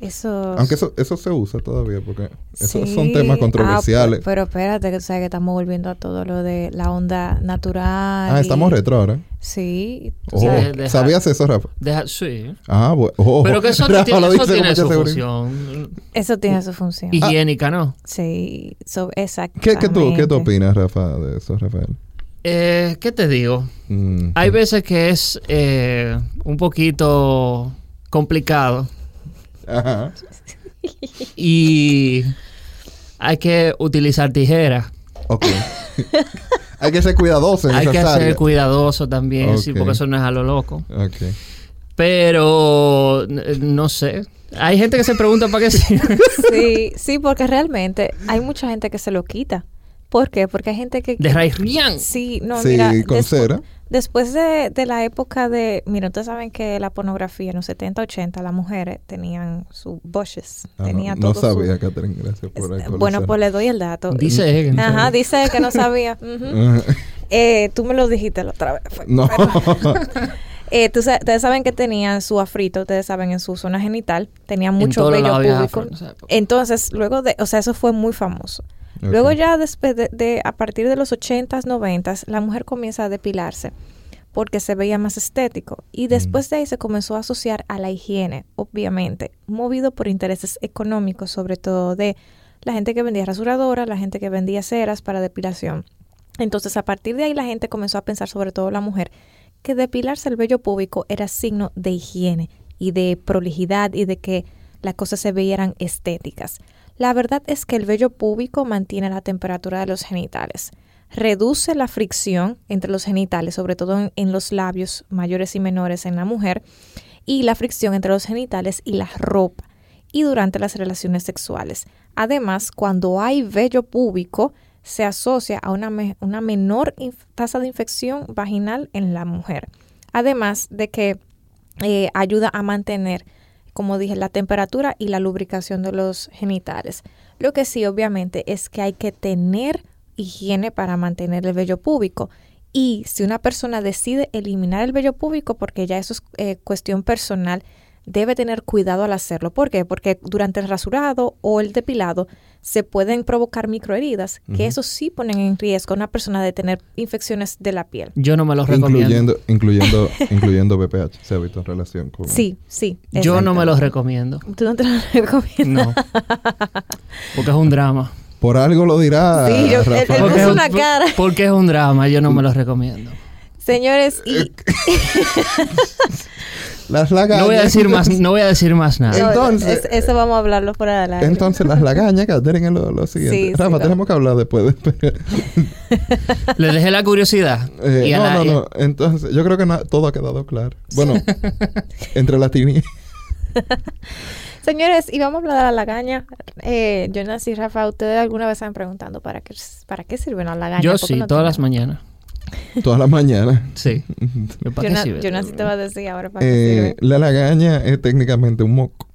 Speaker 2: Eso.
Speaker 3: Aunque eso, eso se usa todavía porque esos son
Speaker 2: Sí.
Speaker 3: temas
Speaker 2: Ah,
Speaker 3: controversiales.
Speaker 2: pe- pero espérate, que tú sabes que estamos volviendo a todo lo de la onda natural.
Speaker 3: Ah,
Speaker 2: y-
Speaker 3: estamos retro ahora.
Speaker 2: Sí. tú
Speaker 3: Oh,
Speaker 2: sabes.
Speaker 4: deja-
Speaker 3: ¿Sabías eso, Rafa?
Speaker 4: Deja, sí.
Speaker 3: Ah, bueno. Oh,
Speaker 4: Pero que eso
Speaker 3: Rafa
Speaker 4: tiene,
Speaker 3: lo
Speaker 4: eso
Speaker 3: dice
Speaker 4: tiene
Speaker 3: con
Speaker 4: su
Speaker 3: mucha seguridad.
Speaker 4: función
Speaker 2: Eso tiene su función.
Speaker 4: higiénica, ¿no?
Speaker 2: Sí, so-
Speaker 3: ¿Qué,
Speaker 2: exactamente.
Speaker 3: qué tú, ¿Qué tú opinas, Rafa, de eso, Rafael?
Speaker 4: Eh, ¿Qué te digo?
Speaker 3: Mm.
Speaker 4: Hay veces que es eh, un poquito complicado
Speaker 3: Ajá.
Speaker 4: y hay que utilizar tijeras. *laughs*
Speaker 3: Ok. Hay que ser cuidadoso en
Speaker 4: Hay
Speaker 3: esas
Speaker 4: que ser
Speaker 3: áreas.
Speaker 4: cuidadoso también, sí,
Speaker 3: Ok.
Speaker 4: porque eso no es a lo loco.
Speaker 3: Ok.
Speaker 4: Pero n- eh, no sé. Hay gente que se pregunta para
Speaker 2: *laughs*
Speaker 4: qué sirve.
Speaker 2: Sí, sí, porque realmente hay mucha gente que se lo quita. ¿Por qué? Porque hay gente que...
Speaker 4: De Rairian.
Speaker 2: Sí, no,
Speaker 3: sí,
Speaker 2: mira,
Speaker 3: con
Speaker 2: despu-
Speaker 3: cera.
Speaker 2: después de, de la época de... Mira, ustedes saben que la pornografía en los 70, 80, las mujeres tenían sus bushes.
Speaker 3: Ah,
Speaker 2: tenía
Speaker 3: no, no
Speaker 2: todo su-
Speaker 3: sabía, Catherine. Gracias por
Speaker 2: es-
Speaker 3: actualizar.
Speaker 2: Bueno, pues le doy el dato.
Speaker 4: Dice Egan.
Speaker 2: Ajá, dice que no
Speaker 4: *laughs*
Speaker 2: sabía. Ujú.
Speaker 3: Ajá.
Speaker 2: Eh, tú me lo dijiste la otra vez. fue-
Speaker 3: *laughs* No. *laughs*
Speaker 2: *laughs* Eh, tú sa- ustedes saben que tenían su afrito, ustedes saben, en su zona genital, tenían mucho
Speaker 4: todos los
Speaker 2: vello
Speaker 4: lados había
Speaker 2: púbico.
Speaker 4: afro en esa época.
Speaker 2: Entonces, luego de, o sea, eso fue muy famoso. Luego
Speaker 3: Ok.
Speaker 2: ya después de, de- a partir de los 80s, 90s, la mujer comienza a depilarse porque se veía más estético y después de ahí se comenzó a asociar a la higiene, obviamente, movido por intereses económicos, sobre todo de la gente que vendía rasuradoras, la gente que vendía ceras para depilación. Entonces, a partir de ahí la gente comenzó a pensar, sobre todo la mujer, que depilarse el vello púbico era signo de higiene y de prolijidad y de que las cosas se veían estéticas. La verdad es que el vello púbico mantiene la temperatura de los genitales, reduce la fricción entre los genitales, sobre todo en, en los labios mayores y menores en la mujer, y la fricción entre los genitales y la ropa, y durante las relaciones sexuales. Además, cuando hay vello púbico, se asocia a una, me- una menor inf- tasa de infección vaginal en la mujer. Además de que eh, ayuda a mantener, como dije, la temperatura y la lubricación de los genitales. Lo que sí, obviamente, es que hay que tener higiene para mantener el vello púbico. Y si una persona decide eliminar el vello púbico, porque ya eso es eh, cuestión personal, debe tener cuidado al hacerlo. ¿Por qué? Porque durante el rasurado o el depilado se pueden provocar microheridas,
Speaker 3: Ujú.
Speaker 2: que eso sí ponen en riesgo a una persona de tener infecciones de la piel.
Speaker 4: Yo no me los recomiendo.
Speaker 3: Incluyendo, incluyendo, incluyendo BPH, se ha visto en relación con...
Speaker 2: Sí, sí.
Speaker 4: Yo no me
Speaker 2: exactamente.
Speaker 4: los recomiendo.
Speaker 2: Tú no te lo *laughs* recomiendas.
Speaker 4: No. Porque es un drama.
Speaker 3: Por algo lo dirá.
Speaker 2: Sí, yo-
Speaker 3: Rafael.
Speaker 2: Él
Speaker 4: Porque
Speaker 2: puso
Speaker 4: es un-
Speaker 2: una cara.
Speaker 4: Porque es un drama, yo no me los recomiendo.
Speaker 2: Señores,
Speaker 3: Eh,
Speaker 2: y
Speaker 3: Las lagañas.
Speaker 4: No voy a decir más, no voy a decir más nada.
Speaker 2: No,
Speaker 3: Entonces-
Speaker 2: es- eso vamos a hablarlo fuera del aire.
Speaker 3: Entonces, las lagañas, Catherine, es lo, lo siguiente.
Speaker 2: Sí, sí,
Speaker 3: Rafa,
Speaker 2: lo-
Speaker 3: tenemos que hablar después.
Speaker 2: *laughs*
Speaker 3: de-
Speaker 4: Le dejé la curiosidad.
Speaker 3: Eh,
Speaker 4: y a
Speaker 3: no,
Speaker 4: la-
Speaker 3: no, no. Entonces, yo creo que na- todo ha quedado claro.
Speaker 4: *laughs*
Speaker 3: Bueno, entre las tini-
Speaker 2: Señores, y vamos a hablar de la lagaña. Eh, Jonas y Rafa, ¿ustedes alguna vez están preguntando para qué, para qué sirve una lagaña?
Speaker 4: Yo
Speaker 2: ¿Por qué
Speaker 4: sí,
Speaker 2: no
Speaker 4: todas las
Speaker 2: tiene?
Speaker 4: mañanas.
Speaker 3: *laughs* todas las mañanas.
Speaker 4: Sí. Yo pa' qué
Speaker 2: Jonas,
Speaker 4: sirve.
Speaker 2: Jonas sí te va a decir ahora para qué
Speaker 3: Eh,
Speaker 2: sirve.
Speaker 3: la lagaña es técnicamente un moco.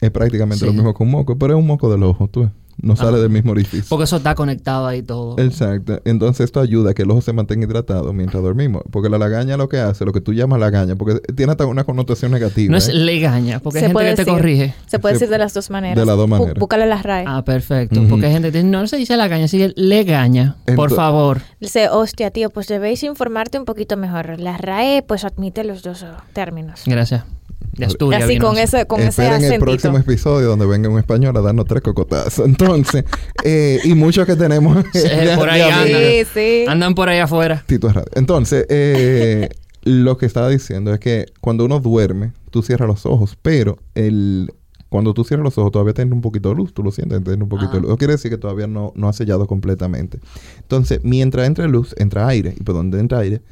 Speaker 3: Es prácticamente lo
Speaker 4: Sí. Ah.
Speaker 3: mismo que un moco, pero es un moco del ojo, tú ves. No sale del mismo orificio.
Speaker 4: Porque eso está conectado ahí todo.
Speaker 3: Exacto. Entonces esto ayuda a que el ojo se mantenga hidratado mientras dormimos. Porque la lagaña lo que hace, lo que tú llamas lagaña, porque tiene hasta una connotación negativa.
Speaker 4: No es
Speaker 3: ¿eh?
Speaker 4: legaña, porque hay
Speaker 2: Se
Speaker 4: gente
Speaker 2: puede
Speaker 4: que te
Speaker 2: decir.
Speaker 4: corrige.
Speaker 2: Se puede
Speaker 3: se-
Speaker 2: decir de las dos maneras.
Speaker 3: de las dos
Speaker 2: Bú-
Speaker 3: maneras.
Speaker 2: Búscale las RAE.
Speaker 4: Ah, perfecto.
Speaker 3: Ujú.
Speaker 4: Porque hay gente que dice, no se dice lagaña, se dice legaña. Por
Speaker 3: Ento-
Speaker 4: favor.
Speaker 2: Dice, hostia, tío, pues debéis informarte un poquito mejor. La RAE, pues admite los dos oh, términos.
Speaker 4: Gracias. De Asturias.
Speaker 2: Así
Speaker 4: vino
Speaker 2: con
Speaker 4: eso.
Speaker 2: ese, con ese
Speaker 3: Esperen el
Speaker 2: acentito.
Speaker 3: próximo episodio donde venga un español a darnos tres cocotazos. *laughs* Entonces, eh, y muchos que tenemos.
Speaker 4: *laughs*
Speaker 3: *laughs*
Speaker 4: Sí,
Speaker 3: de-
Speaker 4: por ahí
Speaker 3: de
Speaker 4: andan.
Speaker 3: amigos.
Speaker 2: Sí, sí.
Speaker 4: Andan por ahí afuera.
Speaker 3: Tito es radio. Entonces, eh, lo que estaba diciendo es que cuando uno duerme, tú cierras los ojos, pero el cuando tú cierras los ojos todavía tienes un poquito de luz, tú lo sientes, tienes un poquito
Speaker 4: Ah.
Speaker 3: de luz. Eso quiere decir que todavía no, no has sellado completamente. Entonces, mientras entra luz, entra aire, y por donde entra aire,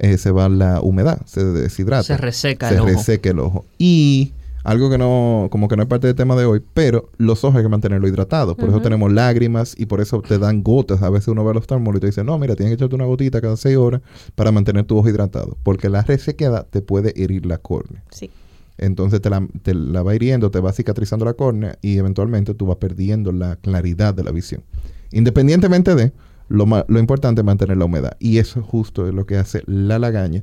Speaker 3: eh, se va la humedad, se deshidrata.
Speaker 4: Se reseca
Speaker 3: se
Speaker 4: el ojo.
Speaker 3: reseca el ojo. Y algo que no, como que no es parte del tema de hoy, pero los ojos hay que mantenerlo hidratado. Por eso
Speaker 2: Ujú.
Speaker 3: tenemos lágrimas y por eso te dan gotas. A veces uno va al oftalmólogo y te dice, no, mira, tienes que echarte una gotita cada seis horas para mantener tu ojo hidratado. Porque la resequedad te puede herir la córnea.
Speaker 2: Sí.
Speaker 3: Entonces te la, te la va hiriendo, te va cicatrizando la córnea y eventualmente tú vas perdiendo la claridad de la visión. Independientemente de, lo, ma- lo importante es mantener la humedad. Y eso justo es lo que hace la lagaña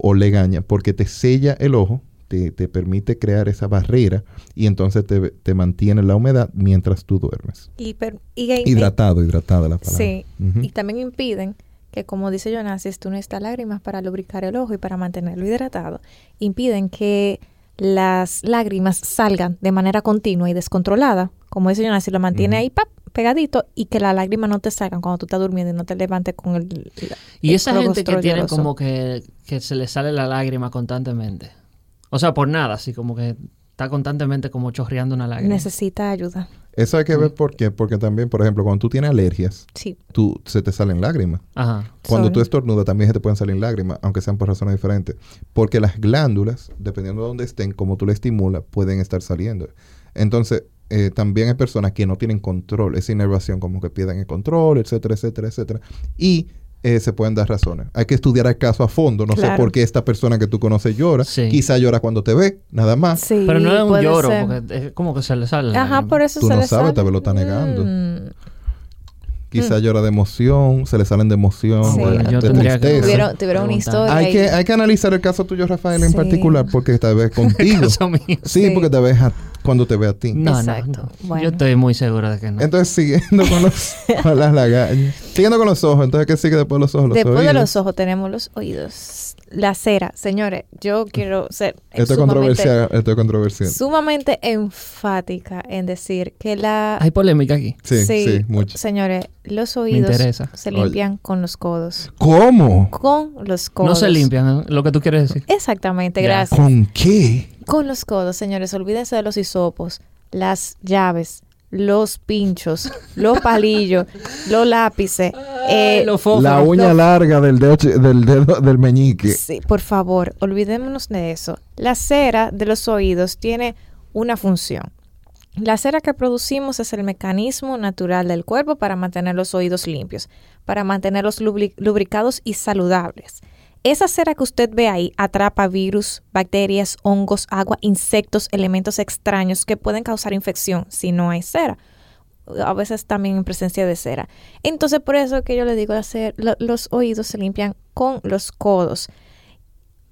Speaker 3: o legaña, porque te sella el ojo, te, te permite crear esa barrera y entonces te, te mantiene la humedad mientras tú duermes.
Speaker 2: Y, per- y- y-
Speaker 3: Hidratado, hidratada la palabra.
Speaker 2: Sí,
Speaker 3: Ujú.
Speaker 2: y también impiden que, como dice Jonas, tú no estas lágrimas para lubricar el ojo y para mantenerlo hidratado, impiden que las lágrimas salgan de manera continua y descontrolada. Como dice Jonas, lo mantiene
Speaker 3: Ujú.
Speaker 2: ahí ¡pap! pegadito y que las lágrimas no te salgan cuando tú estás durmiendo y no te levantes con el... la-
Speaker 4: Y
Speaker 2: el
Speaker 4: esa gente que
Speaker 2: rostro
Speaker 4: tiene
Speaker 2: lloroso.
Speaker 4: como que, que se le sale la lágrima constantemente. O sea, por nada, así como que está constantemente como chorreando una lágrima.
Speaker 2: Necesita ayuda.
Speaker 3: Eso hay que
Speaker 2: Mm.
Speaker 3: ver por qué, porque también, por ejemplo, cuando tú tienes alergias,
Speaker 2: Sí.
Speaker 3: tú, se te salen lágrimas.
Speaker 4: Ajá.
Speaker 3: Cuando
Speaker 2: Sorry.
Speaker 3: tú estornudas también se te pueden salir lágrimas, aunque sean por razones diferentes. Porque las glándulas, dependiendo de dónde estén, como tú le estimulas, pueden estar saliendo. Entonces, eh, también hay personas que no tienen control, esa inervación, como que pierden el control, etcétera, etcétera, etcétera. Y eh, se pueden dar razones. Hay que estudiar el caso a fondo. No sé
Speaker 2: Claro.
Speaker 3: por qué esta persona que tú conoces llora.
Speaker 4: Sí.
Speaker 3: Quizá llora cuando te ve, nada más.
Speaker 2: Sí,
Speaker 4: Pero no es un
Speaker 2: puede
Speaker 4: lloro,
Speaker 2: ser.
Speaker 4: porque es como que se le sale la
Speaker 2: Ajá,
Speaker 4: lágrima.
Speaker 2: por
Speaker 3: *laughs*
Speaker 2: eso
Speaker 3: Tú
Speaker 2: se
Speaker 3: no
Speaker 2: le
Speaker 3: sabes,
Speaker 2: sale.
Speaker 3: tal vez lo está negando.
Speaker 2: Mm.
Speaker 3: Quizá llora de emoción, se le salen de emoción,
Speaker 2: Sí.
Speaker 3: de,
Speaker 2: Bueno,
Speaker 4: yo
Speaker 3: de
Speaker 4: tendría que-
Speaker 3: tristeza.
Speaker 2: Tuvieron, tuvieron una
Speaker 4: Preguntar.
Speaker 2: historia.
Speaker 3: Hay
Speaker 2: ahí.
Speaker 3: que, hay que analizar el caso tuyo, Rafael, en
Speaker 2: Sí.
Speaker 3: particular, porque tal vez
Speaker 4: *laughs*
Speaker 3: contigo.
Speaker 4: Caso mío.
Speaker 3: Sí,
Speaker 2: Sí.
Speaker 3: porque te ves a- cuando te ve a ti.
Speaker 4: No, no,
Speaker 2: Exacto.
Speaker 4: no.
Speaker 2: Bueno.
Speaker 4: Yo estoy muy seguro de que no.
Speaker 3: Entonces, siguiendo
Speaker 2: *laughs*
Speaker 3: con, los, con las lagañas. Siguiendo con los ojos. Entonces, ¿qué sigue después de los ojos? Los
Speaker 2: Después de
Speaker 3: oídos.
Speaker 2: los ojos tenemos los oídos. La cera, señores, yo quiero ser
Speaker 3: Esto es
Speaker 2: sumamente,
Speaker 3: controversial. Esto es controversial.
Speaker 2: sumamente enfática en decir que la...
Speaker 4: Hay polémica aquí.
Speaker 3: Sí, sí, mucho.
Speaker 2: Señores, los oídos
Speaker 4: interesa.
Speaker 2: se
Speaker 3: Oye.
Speaker 2: limpian con los codos.
Speaker 3: ¿Cómo?
Speaker 2: Con los codos.
Speaker 4: No se limpian, ¿eh? lo que tú quieres decir.
Speaker 2: Exactamente,
Speaker 4: Ya.
Speaker 2: gracias.
Speaker 3: ¿Con qué?
Speaker 2: Con los codos, señores, olvídense de los hisopos, las llaves, los pinchos, los palillos, los
Speaker 4: *laughs*
Speaker 2: lápices. eh,
Speaker 4: Ah,
Speaker 3: La
Speaker 4: Los fósforos.
Speaker 3: uña larga del dedo, chi- del dedo del meñique.
Speaker 2: Sí, por favor, olvidémonos de eso. La cera de los oídos tiene una función. La cera que producimos es el mecanismo natural del cuerpo para mantener los oídos limpios, para mantenerlos lubri- lubricados y saludables. Esa cera que usted ve ahí atrapa virus, bacterias, hongos, agua, insectos, elementos extraños que pueden causar infección si no hay cera a veces también en presencia de cera. Entonces, por eso que yo le digo hacer, lo- los oídos se limpian con los codos.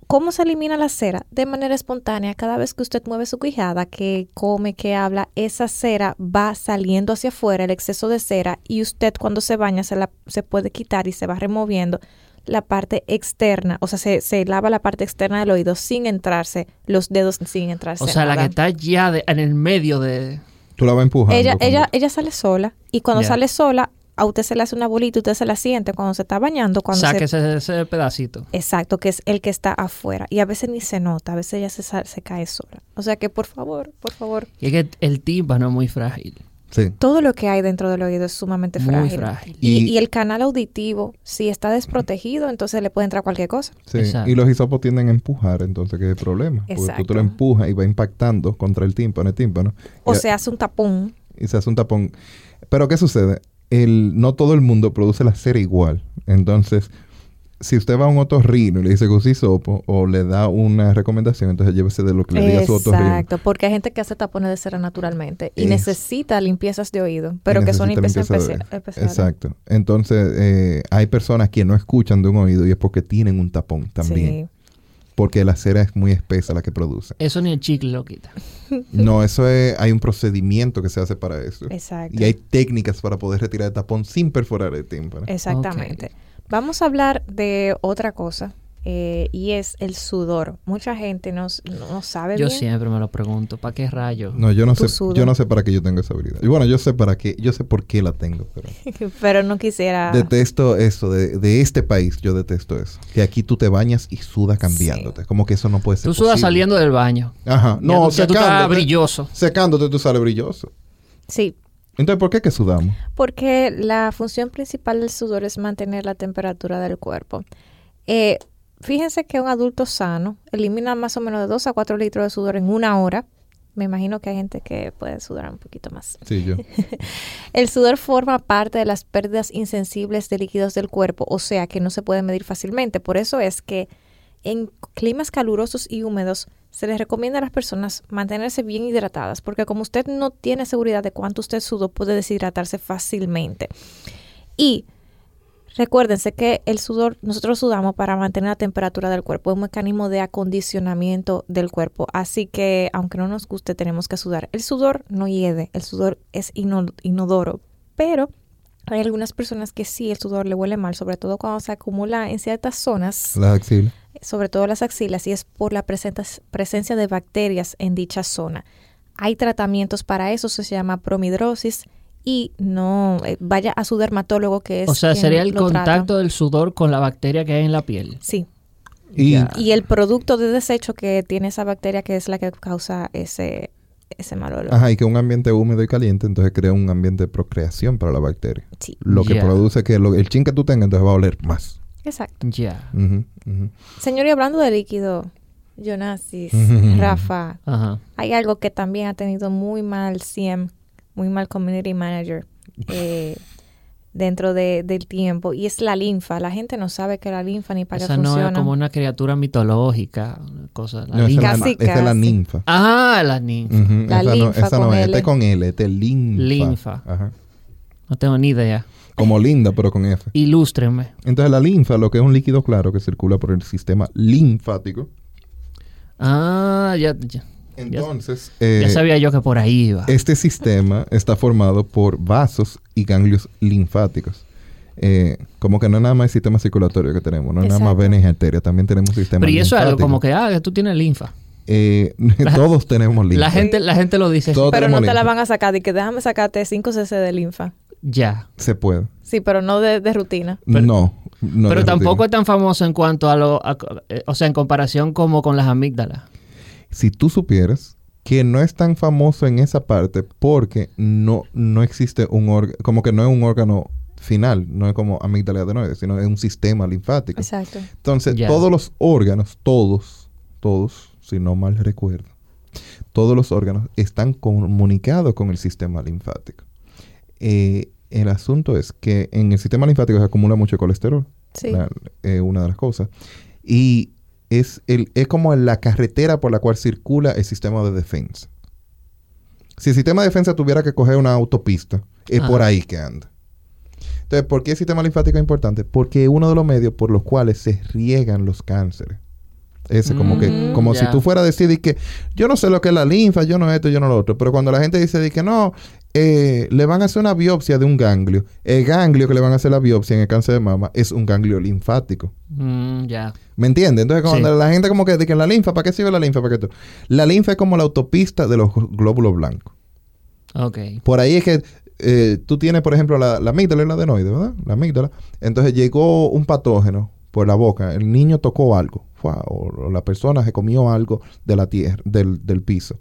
Speaker 2: ¿Cómo se elimina la cera? De manera espontánea, cada vez que usted mueve su quijada, que come, que habla, esa cera va saliendo hacia afuera, el exceso de cera, y usted cuando se baña se, la, se puede quitar y se va removiendo la parte externa, o sea, se, se lava la parte externa del oído sin entrarse, los dedos sin entrarse.
Speaker 4: O sea, la
Speaker 2: nada.
Speaker 4: que está ya de- en el medio de...
Speaker 3: Tú la vas empujando.
Speaker 2: Ella,
Speaker 3: como-
Speaker 2: ella, ella sale sola y cuando
Speaker 4: Ya.
Speaker 2: sale sola, a usted se le hace una bolita, usted se la siente cuando se está bañando, cuando se-
Speaker 4: Sáquese de ese pedacito.
Speaker 2: Exacto, que es el que está afuera. Y a veces ni se nota, a veces ella se, sa- se cae sola. O sea que por favor, por favor.
Speaker 4: Y es que el tímpano es muy frágil.
Speaker 3: Sí.
Speaker 2: Todo lo que hay dentro del oído es sumamente
Speaker 4: Muy
Speaker 2: frágil.
Speaker 4: frágil.
Speaker 2: Y,
Speaker 3: Y-
Speaker 2: y el canal auditivo, si está desprotegido, entonces le puede entrar cualquier cosa.
Speaker 3: Sí,
Speaker 4: Exacto.
Speaker 3: y los hisopos tienden a empujar, entonces que es el problema. Porque tú
Speaker 2: Exacto.
Speaker 3: te lo empujas y va impactando contra el tímpano, el tímpano.
Speaker 2: O
Speaker 3: y,
Speaker 2: se hace un tapón.
Speaker 3: y se hace un tapón. Pero ¿qué sucede? El, no todo el mundo produce la cera igual. Entonces, si usted va a un otorrino y le dice que use hisopo o le da una recomendación, entonces llévese de lo que le diga su otorrino.
Speaker 2: Exacto, porque hay gente que hace tapones de cera naturalmente y
Speaker 3: Es-
Speaker 2: necesita limpiezas de oído, pero que son
Speaker 3: necesita
Speaker 2: limpiezas
Speaker 3: limpieza de
Speaker 2: especia-
Speaker 3: oído.
Speaker 2: especiales.
Speaker 3: Exacto. Entonces, eh, hay personas que no escuchan de un oído y es porque tienen un tapón también.
Speaker 2: Sí.
Speaker 3: Porque la cera es muy espesa la que produce.
Speaker 4: Eso ni el chicle lo quita.
Speaker 2: *laughs*
Speaker 3: No, eso es, hay un procedimiento que se hace para eso.
Speaker 2: Exacto.
Speaker 3: Y hay técnicas para poder retirar el tapón sin perforar el tímpano.
Speaker 2: Exactamente. Vamos a hablar de otra cosa eh, y es el sudor. Mucha gente no, s- no sabe
Speaker 4: Yo
Speaker 2: Pues bien.
Speaker 4: siempre me lo pregunto. ¿Para qué rayos?
Speaker 3: No, yo no
Speaker 2: Tú
Speaker 3: sé,
Speaker 2: sudas.
Speaker 3: yo no sé para qué yo tengo esa habilidad. Y bueno, yo sé para qué, yo sé por qué la tengo, pero
Speaker 2: *laughs* Pero no quisiera.
Speaker 3: detesto eso de, de este país, yo detesto eso. Que aquí tú te bañas y sudas cambiándote, como que eso no puede ser.
Speaker 4: Tú sudas
Speaker 3: posible.
Speaker 4: saliendo del baño.
Speaker 3: Ajá,
Speaker 4: Ya
Speaker 3: no,
Speaker 4: tú- ya tú estás
Speaker 3: secándote,
Speaker 4: brilloso.
Speaker 3: secándote tú sales brilloso.
Speaker 2: Sí,
Speaker 3: Entonces, ¿por qué que sudamos?
Speaker 2: porque la función principal del sudor es mantener la temperatura del cuerpo. Eh, fíjense que un adulto sano elimina más o menos de 2 a 4 litros de sudor en una hora. Me imagino que hay gente que puede sudar un poquito más.
Speaker 3: Sí,
Speaker 2: *laughs*
Speaker 3: yo.
Speaker 2: El sudor forma parte de las pérdidas insensibles de líquidos del cuerpo, o sea que no se puede medir fácilmente. Por eso es que en climas calurosos y húmedos se les recomienda a las personas mantenerse bien hidratadas, porque como usted no tiene seguridad de cuánto usted sudó, puede deshidratarse fácilmente. Y recuérdense que el sudor, nosotros sudamos para mantener la temperatura del cuerpo, es un mecanismo de acondicionamiento del cuerpo. Así que, aunque no nos guste, tenemos que sudar. El sudor no hiede, el sudor es ino- inodoro, pero hay algunas personas que sí el sudor le huele mal, sobre todo cuando se acumula en ciertas zonas
Speaker 3: Las axilas.
Speaker 2: sobre todo las axilas, y es por la presentas- presencia de bacterias en dicha zona. Hay tratamientos para eso, se llama promidrosis, y no eh, vaya a su dermatólogo que es.
Speaker 4: O sea,
Speaker 2: quien
Speaker 4: sería el
Speaker 2: lo trata.
Speaker 4: contacto del sudor con la bacteria que hay en la piel.
Speaker 2: Sí,
Speaker 3: Y
Speaker 4: Ya.
Speaker 2: y el producto de desecho que tiene esa bacteria que es la que causa ese, ese mal olor.
Speaker 3: ajá, y que un ambiente húmedo y caliente entonces crea un ambiente de procreación para la bacteria.
Speaker 2: Sí,
Speaker 3: Lo que
Speaker 4: Ya.
Speaker 3: produce que lo- el chin que tú tengas entonces va a oler más.
Speaker 2: exacto.
Speaker 4: Ya.
Speaker 3: Ujú, ujú.
Speaker 2: Señor, y hablando de líquido, Jonasis, Rafa,
Speaker 4: Ajá.
Speaker 2: Hay algo que también ha tenido muy mal CM, muy mal community manager eh, dentro de- del tiempo y es la linfa. La gente no sabe que la linfa ni para qué
Speaker 4: Esa no
Speaker 2: funciona.
Speaker 4: es como una criatura mitológica, una cosa. La
Speaker 3: No, esa,
Speaker 4: linfa.
Speaker 3: es la-
Speaker 2: Casi,
Speaker 3: esa es la
Speaker 2: casi.
Speaker 3: ninfa.
Speaker 4: Ah, la ninfa.
Speaker 3: Ujú,
Speaker 2: La
Speaker 3: esa no,
Speaker 2: linfa
Speaker 3: esa
Speaker 2: con
Speaker 3: no es,
Speaker 2: L.
Speaker 3: este es con L, este es linfa.
Speaker 4: Linfa.
Speaker 3: Ajá.
Speaker 4: No tengo ni idea.
Speaker 3: Como linda, pero con F.
Speaker 4: Ilústrenme.
Speaker 3: Entonces la linfa, lo que es un líquido claro que circula por el sistema linfático.
Speaker 4: Ah, ya, ya,
Speaker 3: Entonces,
Speaker 4: ya
Speaker 3: eh,
Speaker 4: sabía yo que por ahí iba.
Speaker 3: este sistema está formado por vasos y ganglios linfáticos. Eh, como que no es nada más el sistema circulatorio que tenemos, no es nada más
Speaker 2: Exacto.
Speaker 3: venas y arterias, también tenemos sistema
Speaker 4: Pero y eso es algo
Speaker 3: linfático.
Speaker 4: como que, ah, tú tienes linfa.
Speaker 3: Eh, *laughs* todos tenemos linfa.
Speaker 4: La gente, la gente lo dice.
Speaker 3: Todo-
Speaker 2: pero no te la
Speaker 3: linfa.
Speaker 2: van a sacar. Y que déjame sacarte 5 cc de linfa.
Speaker 4: Ya.
Speaker 3: Se puede.
Speaker 2: Sí, pero no de, de rutina.
Speaker 4: Pero-
Speaker 3: no, no
Speaker 4: pero
Speaker 3: es rutina.
Speaker 4: tampoco es tan famoso en cuanto a lo... a- eh, o sea, en comparación como con las amígdalas.
Speaker 3: Si tú supieras que no es tan famoso en esa parte porque no, no existe un órgano, como que no es un órgano final, no es como amígdala y adenoides, sino es un sistema linfático.
Speaker 2: Exacto.
Speaker 3: Entonces,
Speaker 4: Ya.
Speaker 3: todos los órganos, todos, todos, si no mal recuerdo, todos los órganos están comunicados con el sistema linfático. Eh, el asunto es que en el sistema linfático se acumula mucho colesterol,
Speaker 2: Sí.
Speaker 3: la- eh, una de las cosas, y es, el, es como la carretera por la cual circula el sistema de defensa. Si el sistema de defensa tuviera que coger una autopista, es
Speaker 4: Ah.
Speaker 3: por ahí que anda. Entonces, ¿por qué el sistema linfático es importante? Porque es uno de los medios por los cuales se riegan los cánceres. Ese, como que,
Speaker 2: Mm,
Speaker 3: como
Speaker 4: ya.
Speaker 3: si tú fueras a decir di que yo no sé lo que es la linfa, yo no esto, yo no lo otro. Pero cuando la gente dice di que no, eh, le van a hacer una biopsia de un ganglio. El ganglio que le van a hacer la biopsia en el cáncer de mama es un ganglio linfático.
Speaker 4: Mm, ya.
Speaker 3: ¿Me entiendes? Entonces, cuando
Speaker 4: Sí.
Speaker 3: la gente como que dice la linfa, ¿para qué sirve la linfa? ¿Para qué tú? La linfa es como la autopista de los glóbulos blancos.
Speaker 4: Ok.
Speaker 3: Por ahí es que eh, tú tienes, por ejemplo, la, la amígdala y la adenoide, ¿verdad? La amígdala. Entonces llegó un patógeno por la boca. El niño tocó algo. ¡fua! O, o la persona se comió algo de la tierra, del, del piso.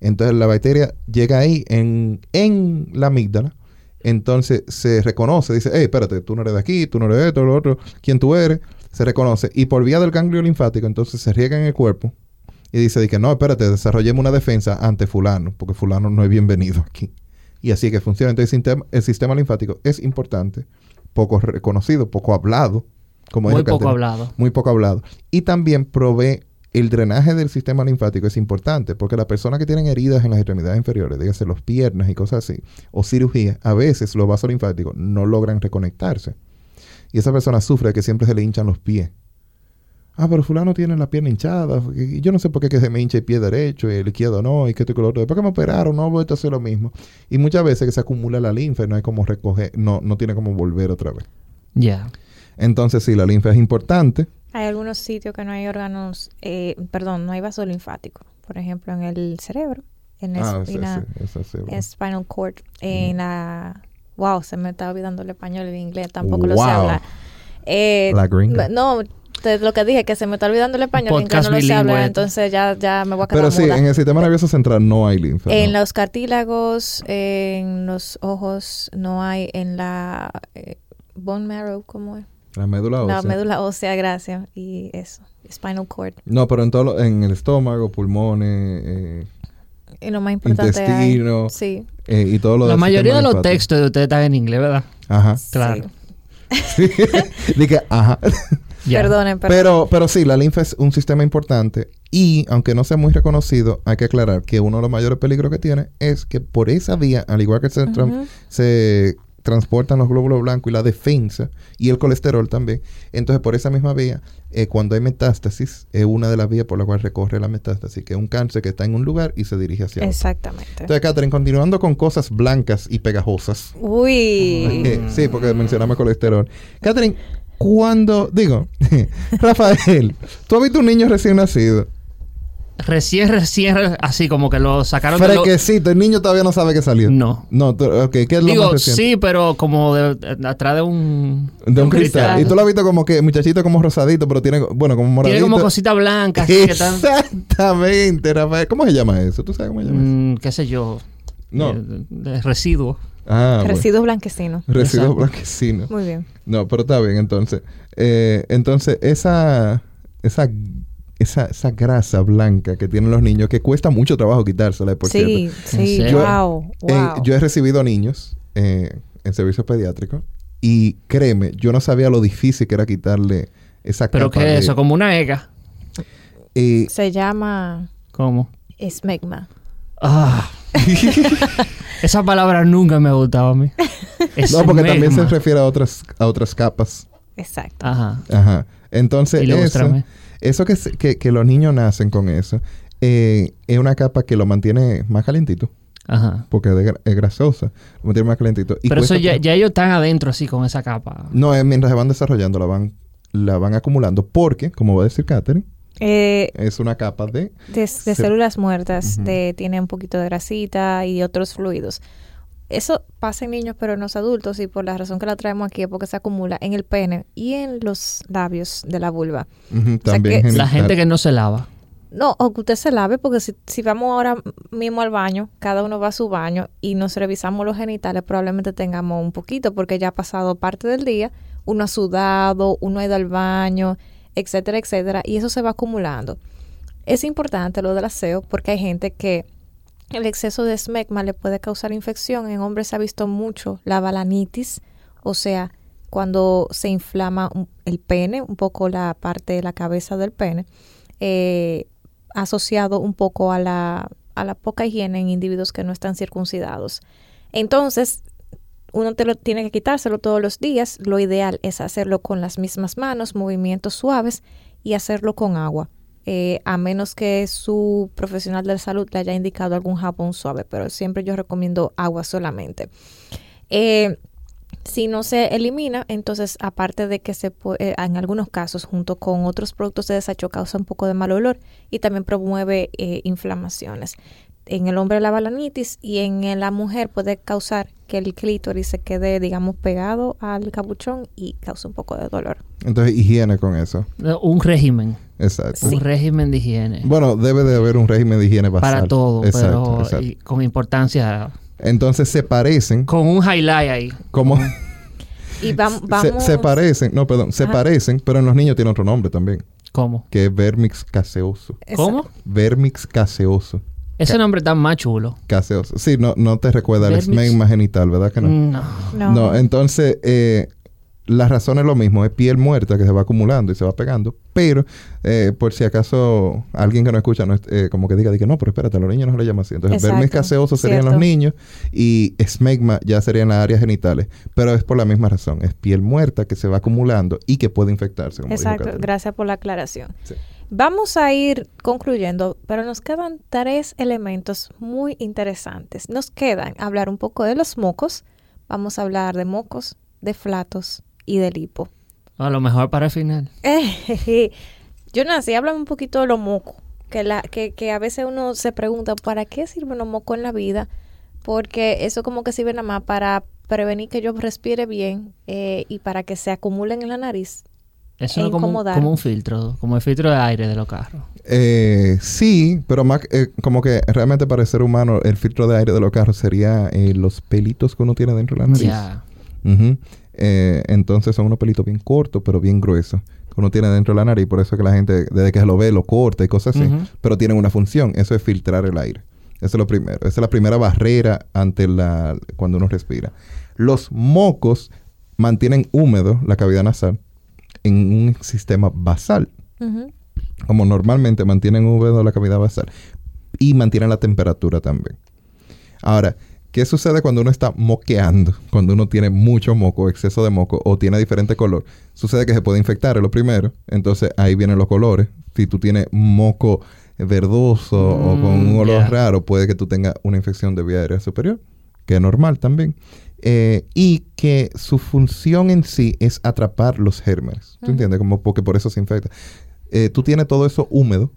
Speaker 3: Entonces la bacteria llega ahí en, en la amígdala. Entonces se reconoce, dice, hey, espérate, tú no eres de aquí, tú no eres de esto, lo otro, quién tú eres, se reconoce. Y por vía del ganglio linfático, entonces se riega en el cuerpo y dice, de que no, espérate, desarrollemos una defensa ante fulano, porque fulano no es bienvenido aquí. Y así que funciona. Entonces, el sistema, el sistema linfático es importante, poco reconocido, poco hablado. Como
Speaker 4: Muy
Speaker 3: dijo
Speaker 4: poco
Speaker 3: Catherine.
Speaker 4: hablado.
Speaker 3: Muy poco hablado. Y también provee el drenaje del sistema linfático. Es importante porque las personas que tienen heridas en las extremidades inferiores, dígase las piernas y cosas así, o cirugía, a veces los vasos linfáticos no logran reconectarse. Y esa persona sufre de que siempre se le hinchan los pies. Ah, pero fulano tiene la pierna hinchada. y Yo no sé por qué que se me hincha el pie derecho y el izquierdo no. Y que esto y que lo otro. Después que me operaron, no he vuelto a hacer lo mismo. Y muchas veces que se acumula la linfa y no hay como recoger, no, no tiene como volver otra vez.
Speaker 4: Ya.
Speaker 3: Entonces, sí, la linfa es importante.
Speaker 2: Hay algunos sitios que no hay órganos, eh, perdón, no hay vaso linfático. Por ejemplo, en el cerebro, en la
Speaker 3: Ah, sí,
Speaker 2: espina,
Speaker 3: sí, esa sí, bueno.
Speaker 2: spinal cord, en
Speaker 3: Mm.
Speaker 2: la... Wow, se me está olvidando el español y el inglés, tampoco lo
Speaker 3: Wow.
Speaker 2: sé hablar. Eh,
Speaker 3: La gringa.
Speaker 2: No, te- lo que dije, que se me está olvidando el español, el inglés
Speaker 4: Podcast
Speaker 2: no lo sé
Speaker 4: bilingüe
Speaker 2: hablar,
Speaker 4: este.
Speaker 2: entonces ya, ya me voy a quedar
Speaker 3: Pero sí,
Speaker 2: muda.
Speaker 3: en el sistema nervioso central no hay linfa.
Speaker 2: En
Speaker 3: no.
Speaker 2: los cartílagos, en los ojos, no hay en la eh, bone marrow, ¿cómo es?
Speaker 3: La médula ósea.
Speaker 2: La médula ósea, gracias. Y eso, spinal cord.
Speaker 3: No, pero en todo lo- en el estómago, pulmones eh,
Speaker 2: Y lo más importante hay-
Speaker 3: Intestino.
Speaker 2: Sí.
Speaker 3: eh, y todo lo
Speaker 4: La
Speaker 3: del
Speaker 4: mayoría
Speaker 3: sistema
Speaker 4: de los
Speaker 3: linfático.
Speaker 4: textos de ustedes están en inglés, ¿verdad?
Speaker 3: Ajá. *laughs*
Speaker 4: Claro.
Speaker 3: Dije, ajá.
Speaker 4: Ya.
Speaker 2: Perdonen, pero,
Speaker 3: Pero, pero sí, la linfa es un sistema importante y aunque no sea muy reconocido, hay que aclarar que uno de los mayores peligros que tiene es que por esa vía, al igual que se, tra-
Speaker 2: Ujú.
Speaker 3: se transportan los glóbulos blancos y la defensa y el colesterol también, entonces por esa misma vía, eh, cuando hay metástasis, es una de las vías por la cual recorre la metástasis, que es un cáncer que está en un lugar y se dirige hacia otro.
Speaker 2: Exactamente.
Speaker 3: Entonces, Catherine, continuando con cosas blancas y pegajosas.
Speaker 2: Uy.
Speaker 3: *laughs*
Speaker 4: Mm.
Speaker 3: Sí, porque mencionamos colesterol. Catherine, cuando, digo, *laughs* Rafael, tú has visto un niño recién nacido,
Speaker 4: Recién, recién, así como que lo sacaron de lo...
Speaker 3: fresquecito, el niño todavía no sabe que salió.
Speaker 4: No.
Speaker 3: No, tú- ok, ¿qué es lo más
Speaker 4: Digo,
Speaker 3: reciente?
Speaker 4: sí, pero como de- de- atrás de un...
Speaker 3: De un cristal.
Speaker 2: cristal.
Speaker 3: Y tú lo has visto como que, muchachito como rosadito, pero tiene, bueno, como moradito.
Speaker 4: Tiene como cositas blancas así que están...
Speaker 3: Exactamente, Rafael. ¿Cómo se llama eso? ¿Tú sabes cómo se llama eso?
Speaker 4: mm, qué sé yo.
Speaker 3: No.
Speaker 4: de- de residuos.
Speaker 3: Ah, bueno.
Speaker 2: Residuos blanquecinos.
Speaker 3: Residuos
Speaker 4: Exacto.
Speaker 3: blanquecinos.
Speaker 2: Muy bien.
Speaker 3: No, pero está bien, entonces. Eh, entonces, esa, esa, esa, esa grasa blanca que tienen los niños, que cuesta mucho trabajo quitársela, por
Speaker 2: sí,
Speaker 3: cierto.
Speaker 2: sí.
Speaker 4: serio?
Speaker 2: wow,
Speaker 3: Eh,
Speaker 2: wow.
Speaker 3: yo he recibido niños eh, en servicios pediátricos y créeme, yo no sabía lo difícil que era quitarle esa
Speaker 4: Pero
Speaker 3: capa
Speaker 4: que
Speaker 3: de-
Speaker 4: es eso, como una ega.
Speaker 3: Eh,
Speaker 2: Se llama
Speaker 4: ¿Cómo?
Speaker 2: esmegma.
Speaker 4: Ah. Esa palabra nunca me ha gustado
Speaker 2: *laughs*
Speaker 4: a mí. Es
Speaker 3: no, porque también se
Speaker 4: megma.
Speaker 3: refiere a otras, a otras capas.
Speaker 2: Exacto.
Speaker 4: Ajá.
Speaker 3: Ajá. Entonces, eso,
Speaker 4: Ilústrame.
Speaker 3: eso que, se- que, que los niños nacen con eso eh, es una capa que lo mantiene más calentito.
Speaker 4: Ajá.
Speaker 3: porque es, de gra- es grasosa, lo mantiene más calentito. y
Speaker 4: Pero eso
Speaker 3: cuesta
Speaker 4: ya,
Speaker 3: tra-
Speaker 4: ya ellos están adentro así con esa capa.
Speaker 3: No, es mientras se van desarrollando, la van, la van acumulando, porque, como va a decir Katherine,
Speaker 2: Eh,
Speaker 3: es una capa de...
Speaker 2: de, de
Speaker 3: Se-
Speaker 2: células muertas,
Speaker 3: Ujú.
Speaker 2: de- tiene un poquito de grasita y otros fluidos. Eso pasa en niños, pero en los adultos, y por la razón que la traemos aquí es porque se acumula en el pene y en los labios de la vulva.
Speaker 3: ujú,
Speaker 2: sea
Speaker 3: también
Speaker 2: que-
Speaker 3: genital.
Speaker 4: La gente que no se lava.
Speaker 2: No, o que usted se lave, porque si, si vamos ahora mismo al baño, cada uno va a su baño y nos revisamos los genitales, probablemente tengamos un poquito, porque ya ha pasado parte del día, uno ha sudado, uno ha ido al baño, etcétera, etcétera, y eso se va acumulando. Es importante lo del aseo porque hay gente que el exceso de esmegma le puede causar infección. En hombres se ha visto mucho la balanitis, o sea, cuando se inflama un- el pene, un poco la parte de la cabeza del pene, eh, asociado un poco a la, a la poca higiene en individuos que no están circuncidados. Entonces, uno te lo, tiene que quitárselo todos los días. Lo ideal es hacerlo con las mismas manos, movimientos suaves y hacerlo con agua. Eh, a menos que su profesional de la salud le haya indicado algún jabón suave, pero siempre yo recomiendo agua solamente. Eh, si no se elimina, entonces aparte de que se pu- eh, en algunos casos junto con otros productos de desecho causa un poco de mal olor y también promueve eh, inflamaciones. En el hombre la balanitis y en eh, la mujer puede causar que el clítoris se quede, digamos, pegado al capuchón y causa un poco de dolor.
Speaker 3: Entonces, higiene con eso.
Speaker 4: No, Un régimen.
Speaker 3: Exacto.
Speaker 4: Un régimen de higiene.
Speaker 3: Bueno, debe de haber un régimen de higiene basal.
Speaker 4: para todo,
Speaker 3: Exacto,
Speaker 4: pero
Speaker 3: exacto.
Speaker 4: y con importancia.
Speaker 3: Entonces se parecen
Speaker 4: Con un highlight ahí. *laughs*
Speaker 3: como...
Speaker 2: Y vam-
Speaker 3: se,
Speaker 2: vamos...
Speaker 3: se parecen, no, perdón, se
Speaker 2: Ajá.
Speaker 3: parecen, pero en los niños tiene otro nombre también,
Speaker 4: ¿Cómo?
Speaker 3: que es vermix caseoso.
Speaker 2: Exacto.
Speaker 4: ¿Cómo?
Speaker 3: Vermix caseoso.
Speaker 4: Ese nombre está más chulo.
Speaker 3: Caseoso. Sí, no, no te recuerda el
Speaker 4: Vermix.
Speaker 3: esmegma genital, ¿verdad que
Speaker 4: Mm.
Speaker 3: no?
Speaker 2: No.
Speaker 4: No.
Speaker 3: No, entonces eh, la razón es lo mismo, es piel muerta que se va acumulando y se va pegando, pero eh, por si acaso alguien que no escucha no, es- eh, como que diga, diga, no, pero espérate, a los niños no se le llama así. Entonces,
Speaker 2: Exacto,
Speaker 3: vermes caseoso serían
Speaker 2: cierto.
Speaker 3: los niños y esmegma ya serían las áreas genitales, pero es por la misma razón, es piel muerta que se va acumulando y que puede infectarse. Como dijo
Speaker 2: Exacto,
Speaker 3: Catherine.
Speaker 2: gracias por la aclaración.
Speaker 3: Sí.
Speaker 2: Vamos a ir concluyendo, pero nos quedan tres elementos muy interesantes. Nos quedan hablar un poco de los mocos, vamos a hablar de mocos, de flatos y de *laughs* lipo.
Speaker 4: A lo mejor para el final.
Speaker 2: Jonas, y háblame un poquito de los mocos, que, la, que, que a veces uno se pregunta, ¿para qué sirven los mocos en la vida? Porque eso como que sirve nada más para prevenir que yo respire bien eh, y para que se acumulen en la nariz.
Speaker 4: Eso
Speaker 2: E
Speaker 4: es como, un-
Speaker 2: incomodar.
Speaker 4: como un filtro, como el filtro de aire de los carros.
Speaker 3: Eh, sí, pero más eh, como que realmente para el ser humano el filtro de aire de los carros sería eh, los pelitos que uno tiene dentro de la nariz.
Speaker 4: Ya.
Speaker 3: Ujú. Eh, entonces son unos pelitos bien cortos, pero bien gruesos, que uno tiene dentro de la nariz. Por eso es que la gente, desde que se lo ve, lo corta y cosas así.
Speaker 4: Ujú.
Speaker 3: Pero tienen una función. Eso es filtrar el aire. Eso es lo primero. Esa es la primera barrera ante la cuando uno respira. Los mocos mantienen húmedo la cavidad nasal en un sistema basal
Speaker 2: Ujú.
Speaker 3: como normalmente mantienen húmedo la cavidad basal y mantienen la temperatura también. Ahora, ¿qué sucede cuando uno está moqueando? Cuando uno tiene mucho moco, exceso de moco o tiene diferente color, sucede que se puede infectar, es lo primero. Entonces ahí vienen los colores. Si tú tienes moco verdoso o con un
Speaker 4: Mm,
Speaker 3: olor
Speaker 4: ya.
Speaker 3: raro, puede que tú tengas una infección de vía aérea superior, que es normal también. Eh, y que su función en sí es atrapar los gérmenes. ¿Tú
Speaker 2: Ujú.
Speaker 3: entiendes? Como porque por eso se infecta eh, tú tienes todo eso húmedo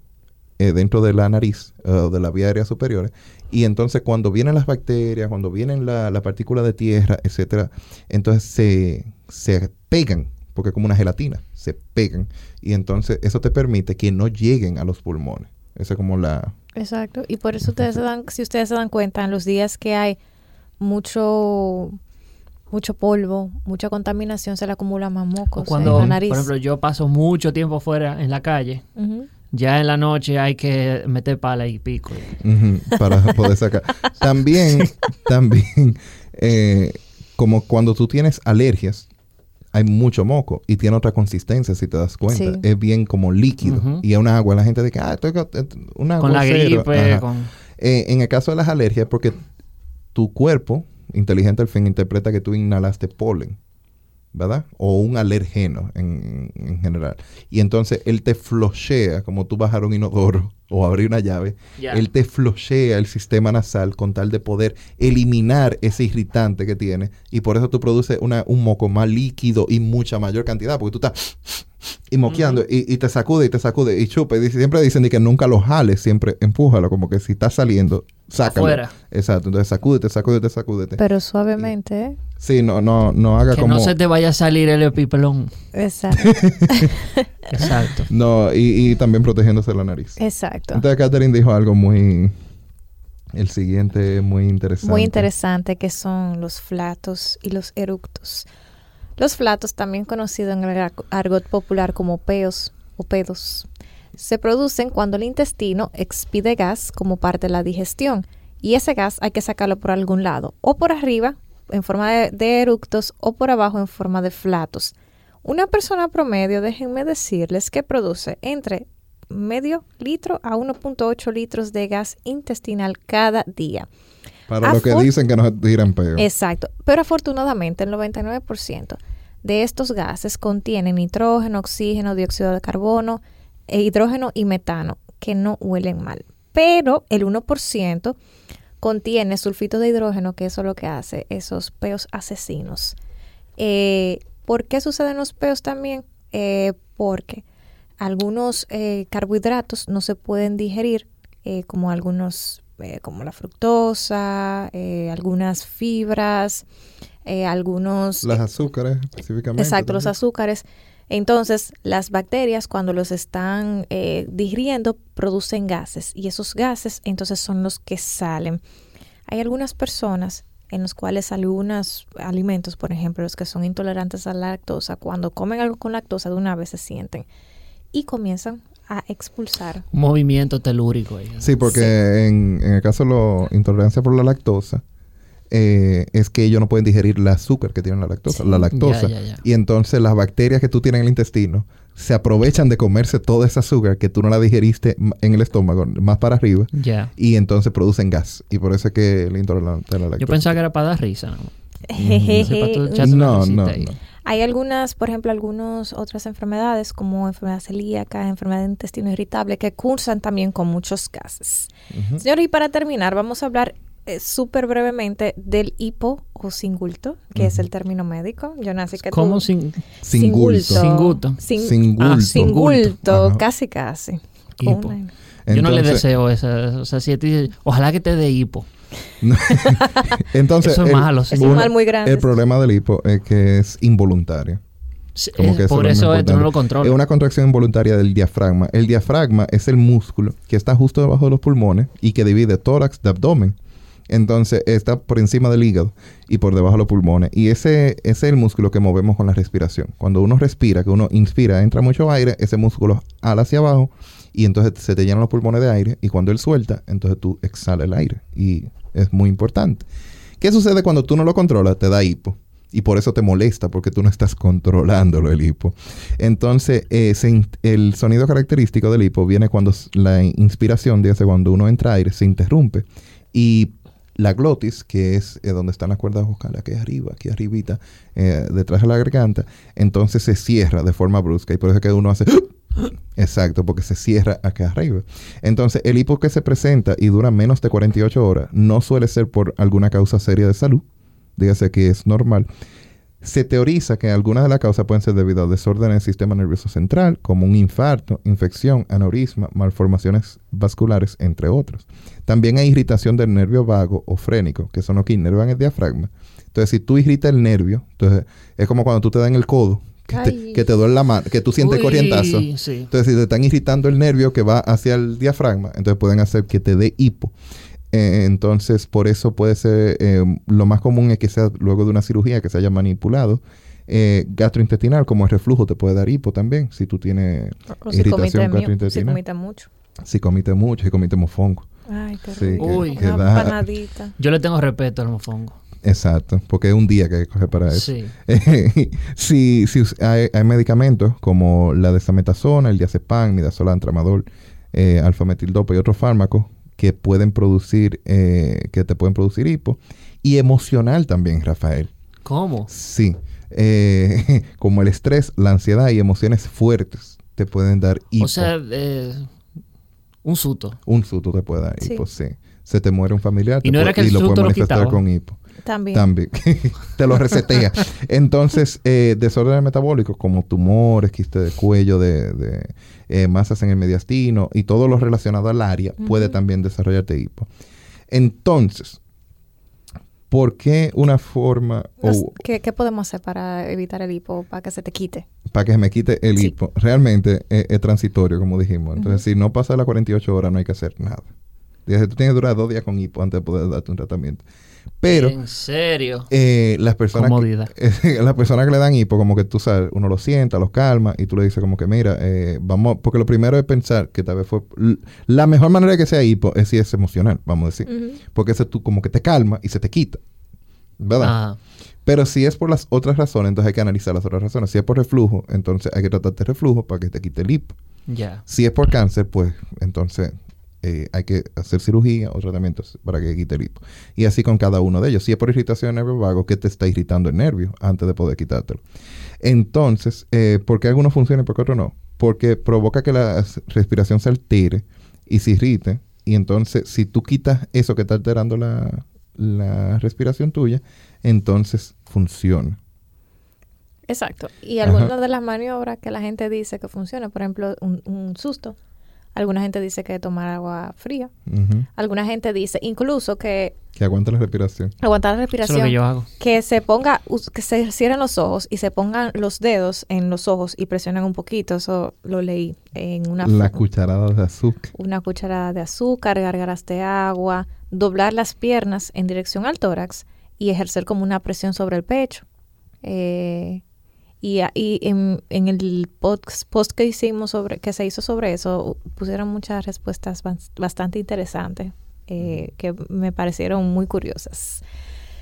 Speaker 3: eh, dentro de la nariz eh, o de la vía aérea superior. Y entonces cuando vienen las bacterias, cuando vienen la, la partícula de tierra, etcétera, entonces se, se pegan, porque es como una gelatina, se pegan. Y entonces eso te permite que no lleguen a los pulmones. Esa es como la...
Speaker 2: Exacto, y por eso ustedes se dan, si ustedes se dan cuenta, en los días que hay mucho mucho polvo, mucha contaminación, se le acumula más
Speaker 4: O
Speaker 2: mocos
Speaker 4: cuando,
Speaker 2: en la
Speaker 4: por
Speaker 2: nariz.
Speaker 4: ejemplo, yo paso mucho tiempo fuera en la calle,
Speaker 2: Ujú.
Speaker 4: ya en la noche hay que meter pala y pico.
Speaker 3: Ujú, para poder sacar. También, también, eh, como cuando tú tienes alergias, hay mucho moco y tiene otra consistencia, si te das cuenta.
Speaker 2: Sí.
Speaker 3: Es bien como líquido
Speaker 4: Ujú.
Speaker 3: y es un agua. La gente dice, ah, esto es co- esto- un
Speaker 4: Con la
Speaker 3: aguacero".
Speaker 4: gripe,
Speaker 3: Ajá.
Speaker 4: con...
Speaker 3: Eh, en el caso de las alergias, porque tu cuerpo, inteligente al fin, interpreta que tú inhalaste polen, ¿verdad? O un alergeno en, en general. Y entonces él te flochea, como tú bajar un inodoro *laughs* o abrir una llave,
Speaker 4: Ya.
Speaker 3: él te flochea el sistema nasal con tal de poder eliminar ese irritante que tiene. Y por eso tú produces una- un moco más líquido y mucha mayor cantidad, porque tú estás y moqueando y, y te sacude y te sacude y chupa. Y dice- siempre dicen de que nunca lo jales, siempre empújalo, como que si está saliendo, sácalo.
Speaker 4: Afuera.
Speaker 3: Exacto, entonces sacúdete, sacúdete, sacúdete.
Speaker 2: Pero suavemente, ¿eh?
Speaker 3: sí, no, no, no haga
Speaker 4: Que
Speaker 3: como...
Speaker 4: no se te vaya a salir
Speaker 3: *laughs*
Speaker 4: el epipelón.
Speaker 2: Exacto.
Speaker 4: Exacto.
Speaker 3: No, y, y también protegiéndose la nariz.
Speaker 2: Exacto.
Speaker 3: *laughs* Entonces Catherine dijo algo muy... El siguiente muy interesante.
Speaker 2: Muy interesante que son los flatos y los eructos. Los flatos, también conocidos en el arg- argot popular como peos o pedos, se producen cuando el intestino expide gas como parte de la digestión y ese gas hay que sacarlo por algún lado, o por arriba en forma de, de eructos o por abajo en forma de flatos. Una persona promedio, déjenme decirles que produce entre medio litro a 1.8 litros de gas intestinal cada día.
Speaker 3: Para lo que
Speaker 2: Afor-
Speaker 3: dicen que nos tiran peor.
Speaker 2: Exacto. Pero afortunadamente el 99% de estos gases contienen nitrógeno, oxígeno, dióxido de carbono, e hidrógeno y metano, que no huelen mal. Pero el 1% contiene sulfito de hidrógeno, que eso es lo que hace esos peos asesinos. Eh, ¿Por qué suceden los peos también? Eh, porque algunos eh, carbohidratos no se pueden digerir, eh, como algunos, eh, como la fructosa, eh, algunas fibras, eh, algunos...
Speaker 3: Las azúcares específicamente.
Speaker 2: Exacto, los
Speaker 3: también.
Speaker 2: azúcares. Entonces, las bacterias cuando los están eh, digiriendo producen gases y esos gases entonces son los que salen. Hay algunas personas en los cuales algunos alimentos, por ejemplo, los que son intolerantes a la lactosa, cuando comen algo con lactosa de una vez se sienten y comienzan a expulsar.
Speaker 4: Un movimiento telúrico. ahí.
Speaker 3: Sí, porque En, en el caso de la intolerancia por la lactosa, eh, es que ellos no pueden digerir el azúcar que tiene la lactosa.
Speaker 2: Sí.
Speaker 3: La lactosa.
Speaker 4: Ya, ya, ya.
Speaker 3: Y entonces las bacterias que tú tienes en el intestino se aprovechan de comerse toda esa azúcar que tú no la digeriste m- en el estómago, más para arriba,
Speaker 4: Ya.
Speaker 3: y entonces producen gas. Y por eso es que el intolerante a la lactosa.
Speaker 4: Yo pensaba que era para dar risa. ¿no?
Speaker 2: *laughs*
Speaker 4: Sí, para tú
Speaker 2: Jejeje.
Speaker 4: echarte una
Speaker 3: No,
Speaker 4: risita
Speaker 3: no,
Speaker 4: ahí.
Speaker 3: no.
Speaker 2: Hay algunas, por ejemplo, algunas otras enfermedades como enfermedad celíaca, enfermedad de intestino irritable, que cursan también con muchos gases.
Speaker 3: Ujú.
Speaker 2: Señores, y para terminar, vamos a hablar eh, súper brevemente del hipo o singulto, que es el término médico. Yo nací que tú-
Speaker 4: ¿Cómo sin...?
Speaker 3: Singulto.
Speaker 4: Singulto.
Speaker 2: Sin-
Speaker 3: Singulto.
Speaker 4: Ah,
Speaker 2: singulto,
Speaker 3: Ajá.
Speaker 2: casi casi.
Speaker 4: Hipo.
Speaker 2: Con una-
Speaker 4: Yo no le
Speaker 3: Entonces- *laughs*
Speaker 4: deseo eso. O sea, si a ti- ojalá que te dé hipo.
Speaker 3: *laughs* Entonces,
Speaker 4: Eso es malo,
Speaker 2: Es
Speaker 4: Una-
Speaker 2: un mal muy grande.
Speaker 3: El problema del hipo es que es involuntario.
Speaker 4: Sí,
Speaker 3: Como
Speaker 4: es-
Speaker 3: que eso
Speaker 4: por
Speaker 3: es lo
Speaker 4: eso
Speaker 3: más
Speaker 4: esto no
Speaker 3: importante.
Speaker 4: lo
Speaker 3: Es
Speaker 4: controla.
Speaker 3: una contracción involuntaria del diafragma. El diafragma es el músculo que está justo debajo de los pulmones y que divide tórax de abdomen. Entonces está por encima del hígado y por debajo de los pulmones. Y ese, ese es el músculo que movemos con la respiración. Cuando uno respira, que uno inspira, entra mucho aire, ese músculo ala hacia abajo y entonces se te llenan los pulmones de aire. Y cuando él suelta, entonces tú exhalas el aire. Y es muy importante. ¿Qué sucede cuando tú no lo controlas? Te da hipo. Y por eso te molesta, porque tú no estás controlándolo el hipo. Entonces, eh, se in- el sonido característico del hipo viene cuando s- la in- inspiración, dígase, cuando uno entra aire, se interrumpe. Y la glotis, que es eh, donde están las cuerdas vocales, aquí arriba, aquí arribita, eh, detrás de la garganta, entonces se cierra de forma brusca. Y por eso es que uno hace... Exacto, porque se cierra acá arriba. Entonces, el hipo que se presenta y dura menos de 48 horas no suele ser por alguna causa seria de salud, dígase que es normal. Se teoriza que algunas de las causas pueden ser debido a desorden en el sistema nervioso central, como un infarto, infección, aneurisma, malformaciones vasculares, entre otros. También hay irritación del nervio vago o frénico, que son los que inervan el diafragma. Entonces, si tú irritas el nervio, entonces es como cuando tú te dan el codo, que te,
Speaker 2: Ay.
Speaker 3: que te duele la mano, que tú sientes
Speaker 4: Uy,
Speaker 3: corrientazo.
Speaker 4: Sí.
Speaker 3: Entonces, si te están irritando el nervio que va hacia el diafragma, entonces pueden hacer que te dé hipo. Eh, entonces, por eso puede ser, eh, lo más común es que sea luego de una cirugía que se haya manipulado. Eh, gastrointestinal, como el reflujo, te puede dar hipo también, si tú tienes,
Speaker 2: o si comiste
Speaker 3: Irritación
Speaker 2: mío, si
Speaker 3: gastrointestinal.
Speaker 2: comiste mucho.
Speaker 3: si comiste mucho, si comiste mofongo.
Speaker 2: Ay, qué
Speaker 3: Sí,
Speaker 2: rico.
Speaker 4: que-
Speaker 3: que
Speaker 2: Una
Speaker 3: da-
Speaker 2: panadita.
Speaker 4: Yo le tengo respeto al mofongo.
Speaker 3: Exacto, porque es un día que hay que coger para eso.
Speaker 4: Sí.
Speaker 3: *laughs* si, si us- hay, hay medicamentos como la desametasona, el diazepam, midazolam, tramadol, eh, alfametildopa y otros fármacos que pueden producir, eh, que te pueden producir hipo. Y emocional también, Rafael.
Speaker 4: ¿Cómo?
Speaker 3: Sí. Eh, *laughs* como el estrés, la ansiedad y emociones fuertes te pueden dar hipo.
Speaker 4: O sea, eh, un susto.
Speaker 3: Un susto te puede dar
Speaker 2: Sí.
Speaker 3: hipo, sí. se te muere un familiar
Speaker 4: Y no
Speaker 3: te
Speaker 4: era
Speaker 3: puede-
Speaker 4: que el
Speaker 3: lo puede
Speaker 4: susto lo
Speaker 3: manifestar
Speaker 4: quitaba.
Speaker 3: con hipo.
Speaker 2: También.
Speaker 3: También. *laughs* te lo resetea. Entonces, eh, desórdenes metabólicos como tumores, quiste de cuello, de, de, eh, masas en el mediastino y todo lo relacionado al área puede
Speaker 2: Ujú.
Speaker 3: también desarrollarte hipo. Entonces, ¿por qué una forma o
Speaker 2: Nos- ¿qué, qué podemos hacer para evitar el hipo, para que se te quite?
Speaker 3: para que se me quite el
Speaker 2: Sí.
Speaker 3: hipo? Realmente eh, es transitorio, como dijimos. Entonces, si no pasa las 48 horas, no hay que hacer nada. Dice, tú tienes que durar dos días con hipo antes de poder darte un tratamiento. Pero
Speaker 4: En serio.
Speaker 3: eh, las personas *laughs*
Speaker 4: Comodidad.
Speaker 3: que, eh, las personas que le dan hipo como que tú sabes uno lo sienta los calma y tú le dices como que mira eh, vamos porque lo primero es pensar que tal vez fue l- la mejor manera de que sea hipo es si es emocional vamos a decir
Speaker 2: Ujú.
Speaker 3: porque eso tú como que te calma y se te quita verdad
Speaker 4: Ah,
Speaker 3: pero si es por las otras razones entonces hay que analizar las otras razones si es por reflujo entonces hay que tratarte el reflujo para que te quite el hipo
Speaker 4: ya.
Speaker 3: si es por cáncer, pues entonces eh, hay que hacer cirugía o tratamientos para que quite el hipo. Y así con cada uno de ellos. Si es por irritación del nervio vago, que te está irritando el nervio antes de poder quitártelo. Entonces, eh, ¿por qué algunos funcionan y por qué otros no? Porque provoca que la s- respiración se altere y se irrite. Y entonces, si tú quitas eso que está alterando la, la respiración tuya, entonces funciona.
Speaker 2: Exacto. Y
Speaker 3: Ajá.
Speaker 2: algunas de las maniobras que la gente dice que funciona, por ejemplo, un, un susto. Alguna gente dice que tomar agua fría.
Speaker 3: Ujú.
Speaker 2: Alguna gente dice incluso que
Speaker 3: Que aguanta la respiración.
Speaker 2: aguantar la
Speaker 4: Eso es lo
Speaker 2: respiración,
Speaker 4: que yo hago.
Speaker 2: que se ponga, us- que se cierren los ojos y se pongan los dedos en los ojos y presionan un poquito. Eso lo leí en una
Speaker 3: La cucharada de azúcar.
Speaker 2: una cucharada de azúcar, gargaras de agua, doblar las piernas en dirección al tórax y ejercer como una presión sobre el pecho. Eh, y a- y en, en el post, post que hicimos sobre, que se hizo sobre eso, pusieron muchas respuestas bas- bastante interesantes eh, que me parecieron muy curiosas.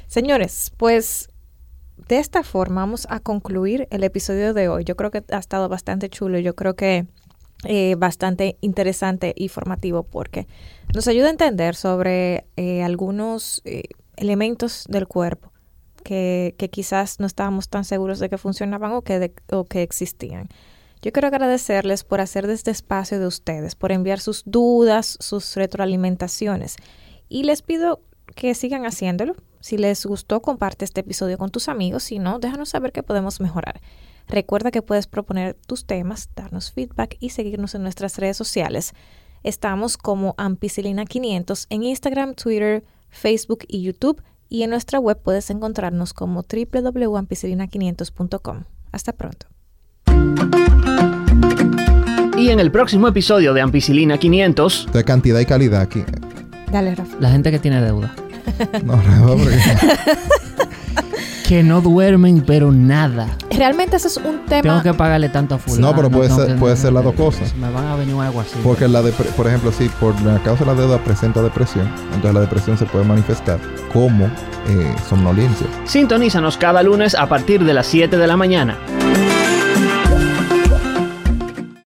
Speaker 2: Señores, pues de esta forma vamos a concluir el episodio de hoy. Yo creo que ha estado bastante chulo. Yo creo que eh, bastante interesante y formativo porque nos ayuda a entender sobre eh, algunos eh, elementos del cuerpo que, que quizás no estábamos tan seguros de que funcionaban o que, de- o que existían. Yo quiero agradecerles por hacer de este espacio de ustedes, por enviar sus dudas, sus retroalimentaciones y les pido que sigan haciéndolo. Si les gustó, comparte este episodio con tus amigos. Si no, déjanos saber que podemos mejorar. Recuerda que puedes proponer tus temas, darnos feedback y seguirnos en nuestras redes sociales. Estamos como Ampicilina500 en Instagram, Twitter, Facebook y YouTube. Y en nuestra web puedes encontrarnos como www.ampicilina500.com. Hasta pronto.
Speaker 5: Y en el próximo episodio de Ampicilina 500,
Speaker 3: De cantidad y calidad aquí.
Speaker 2: Dale, Rafa.
Speaker 4: La gente que tiene deuda.
Speaker 3: *laughs* No, no, porque
Speaker 4: Que no duermen, pero nada.
Speaker 2: Realmente eso es un
Speaker 4: Tengo
Speaker 2: tema...
Speaker 4: que pagarle tanto a fulano.
Speaker 3: No, pero puede
Speaker 4: tengo
Speaker 3: ser-
Speaker 4: que-
Speaker 3: puede ser las dos cosas.
Speaker 4: Me van a venir algo así.
Speaker 3: Porque la depre- por ejemplo, si por la causa de la deuda presenta depresión, entonces la depresión se puede manifestar como eh, somnolencia.
Speaker 5: sintonízanos cada lunes a partir de las 7 de la mañana.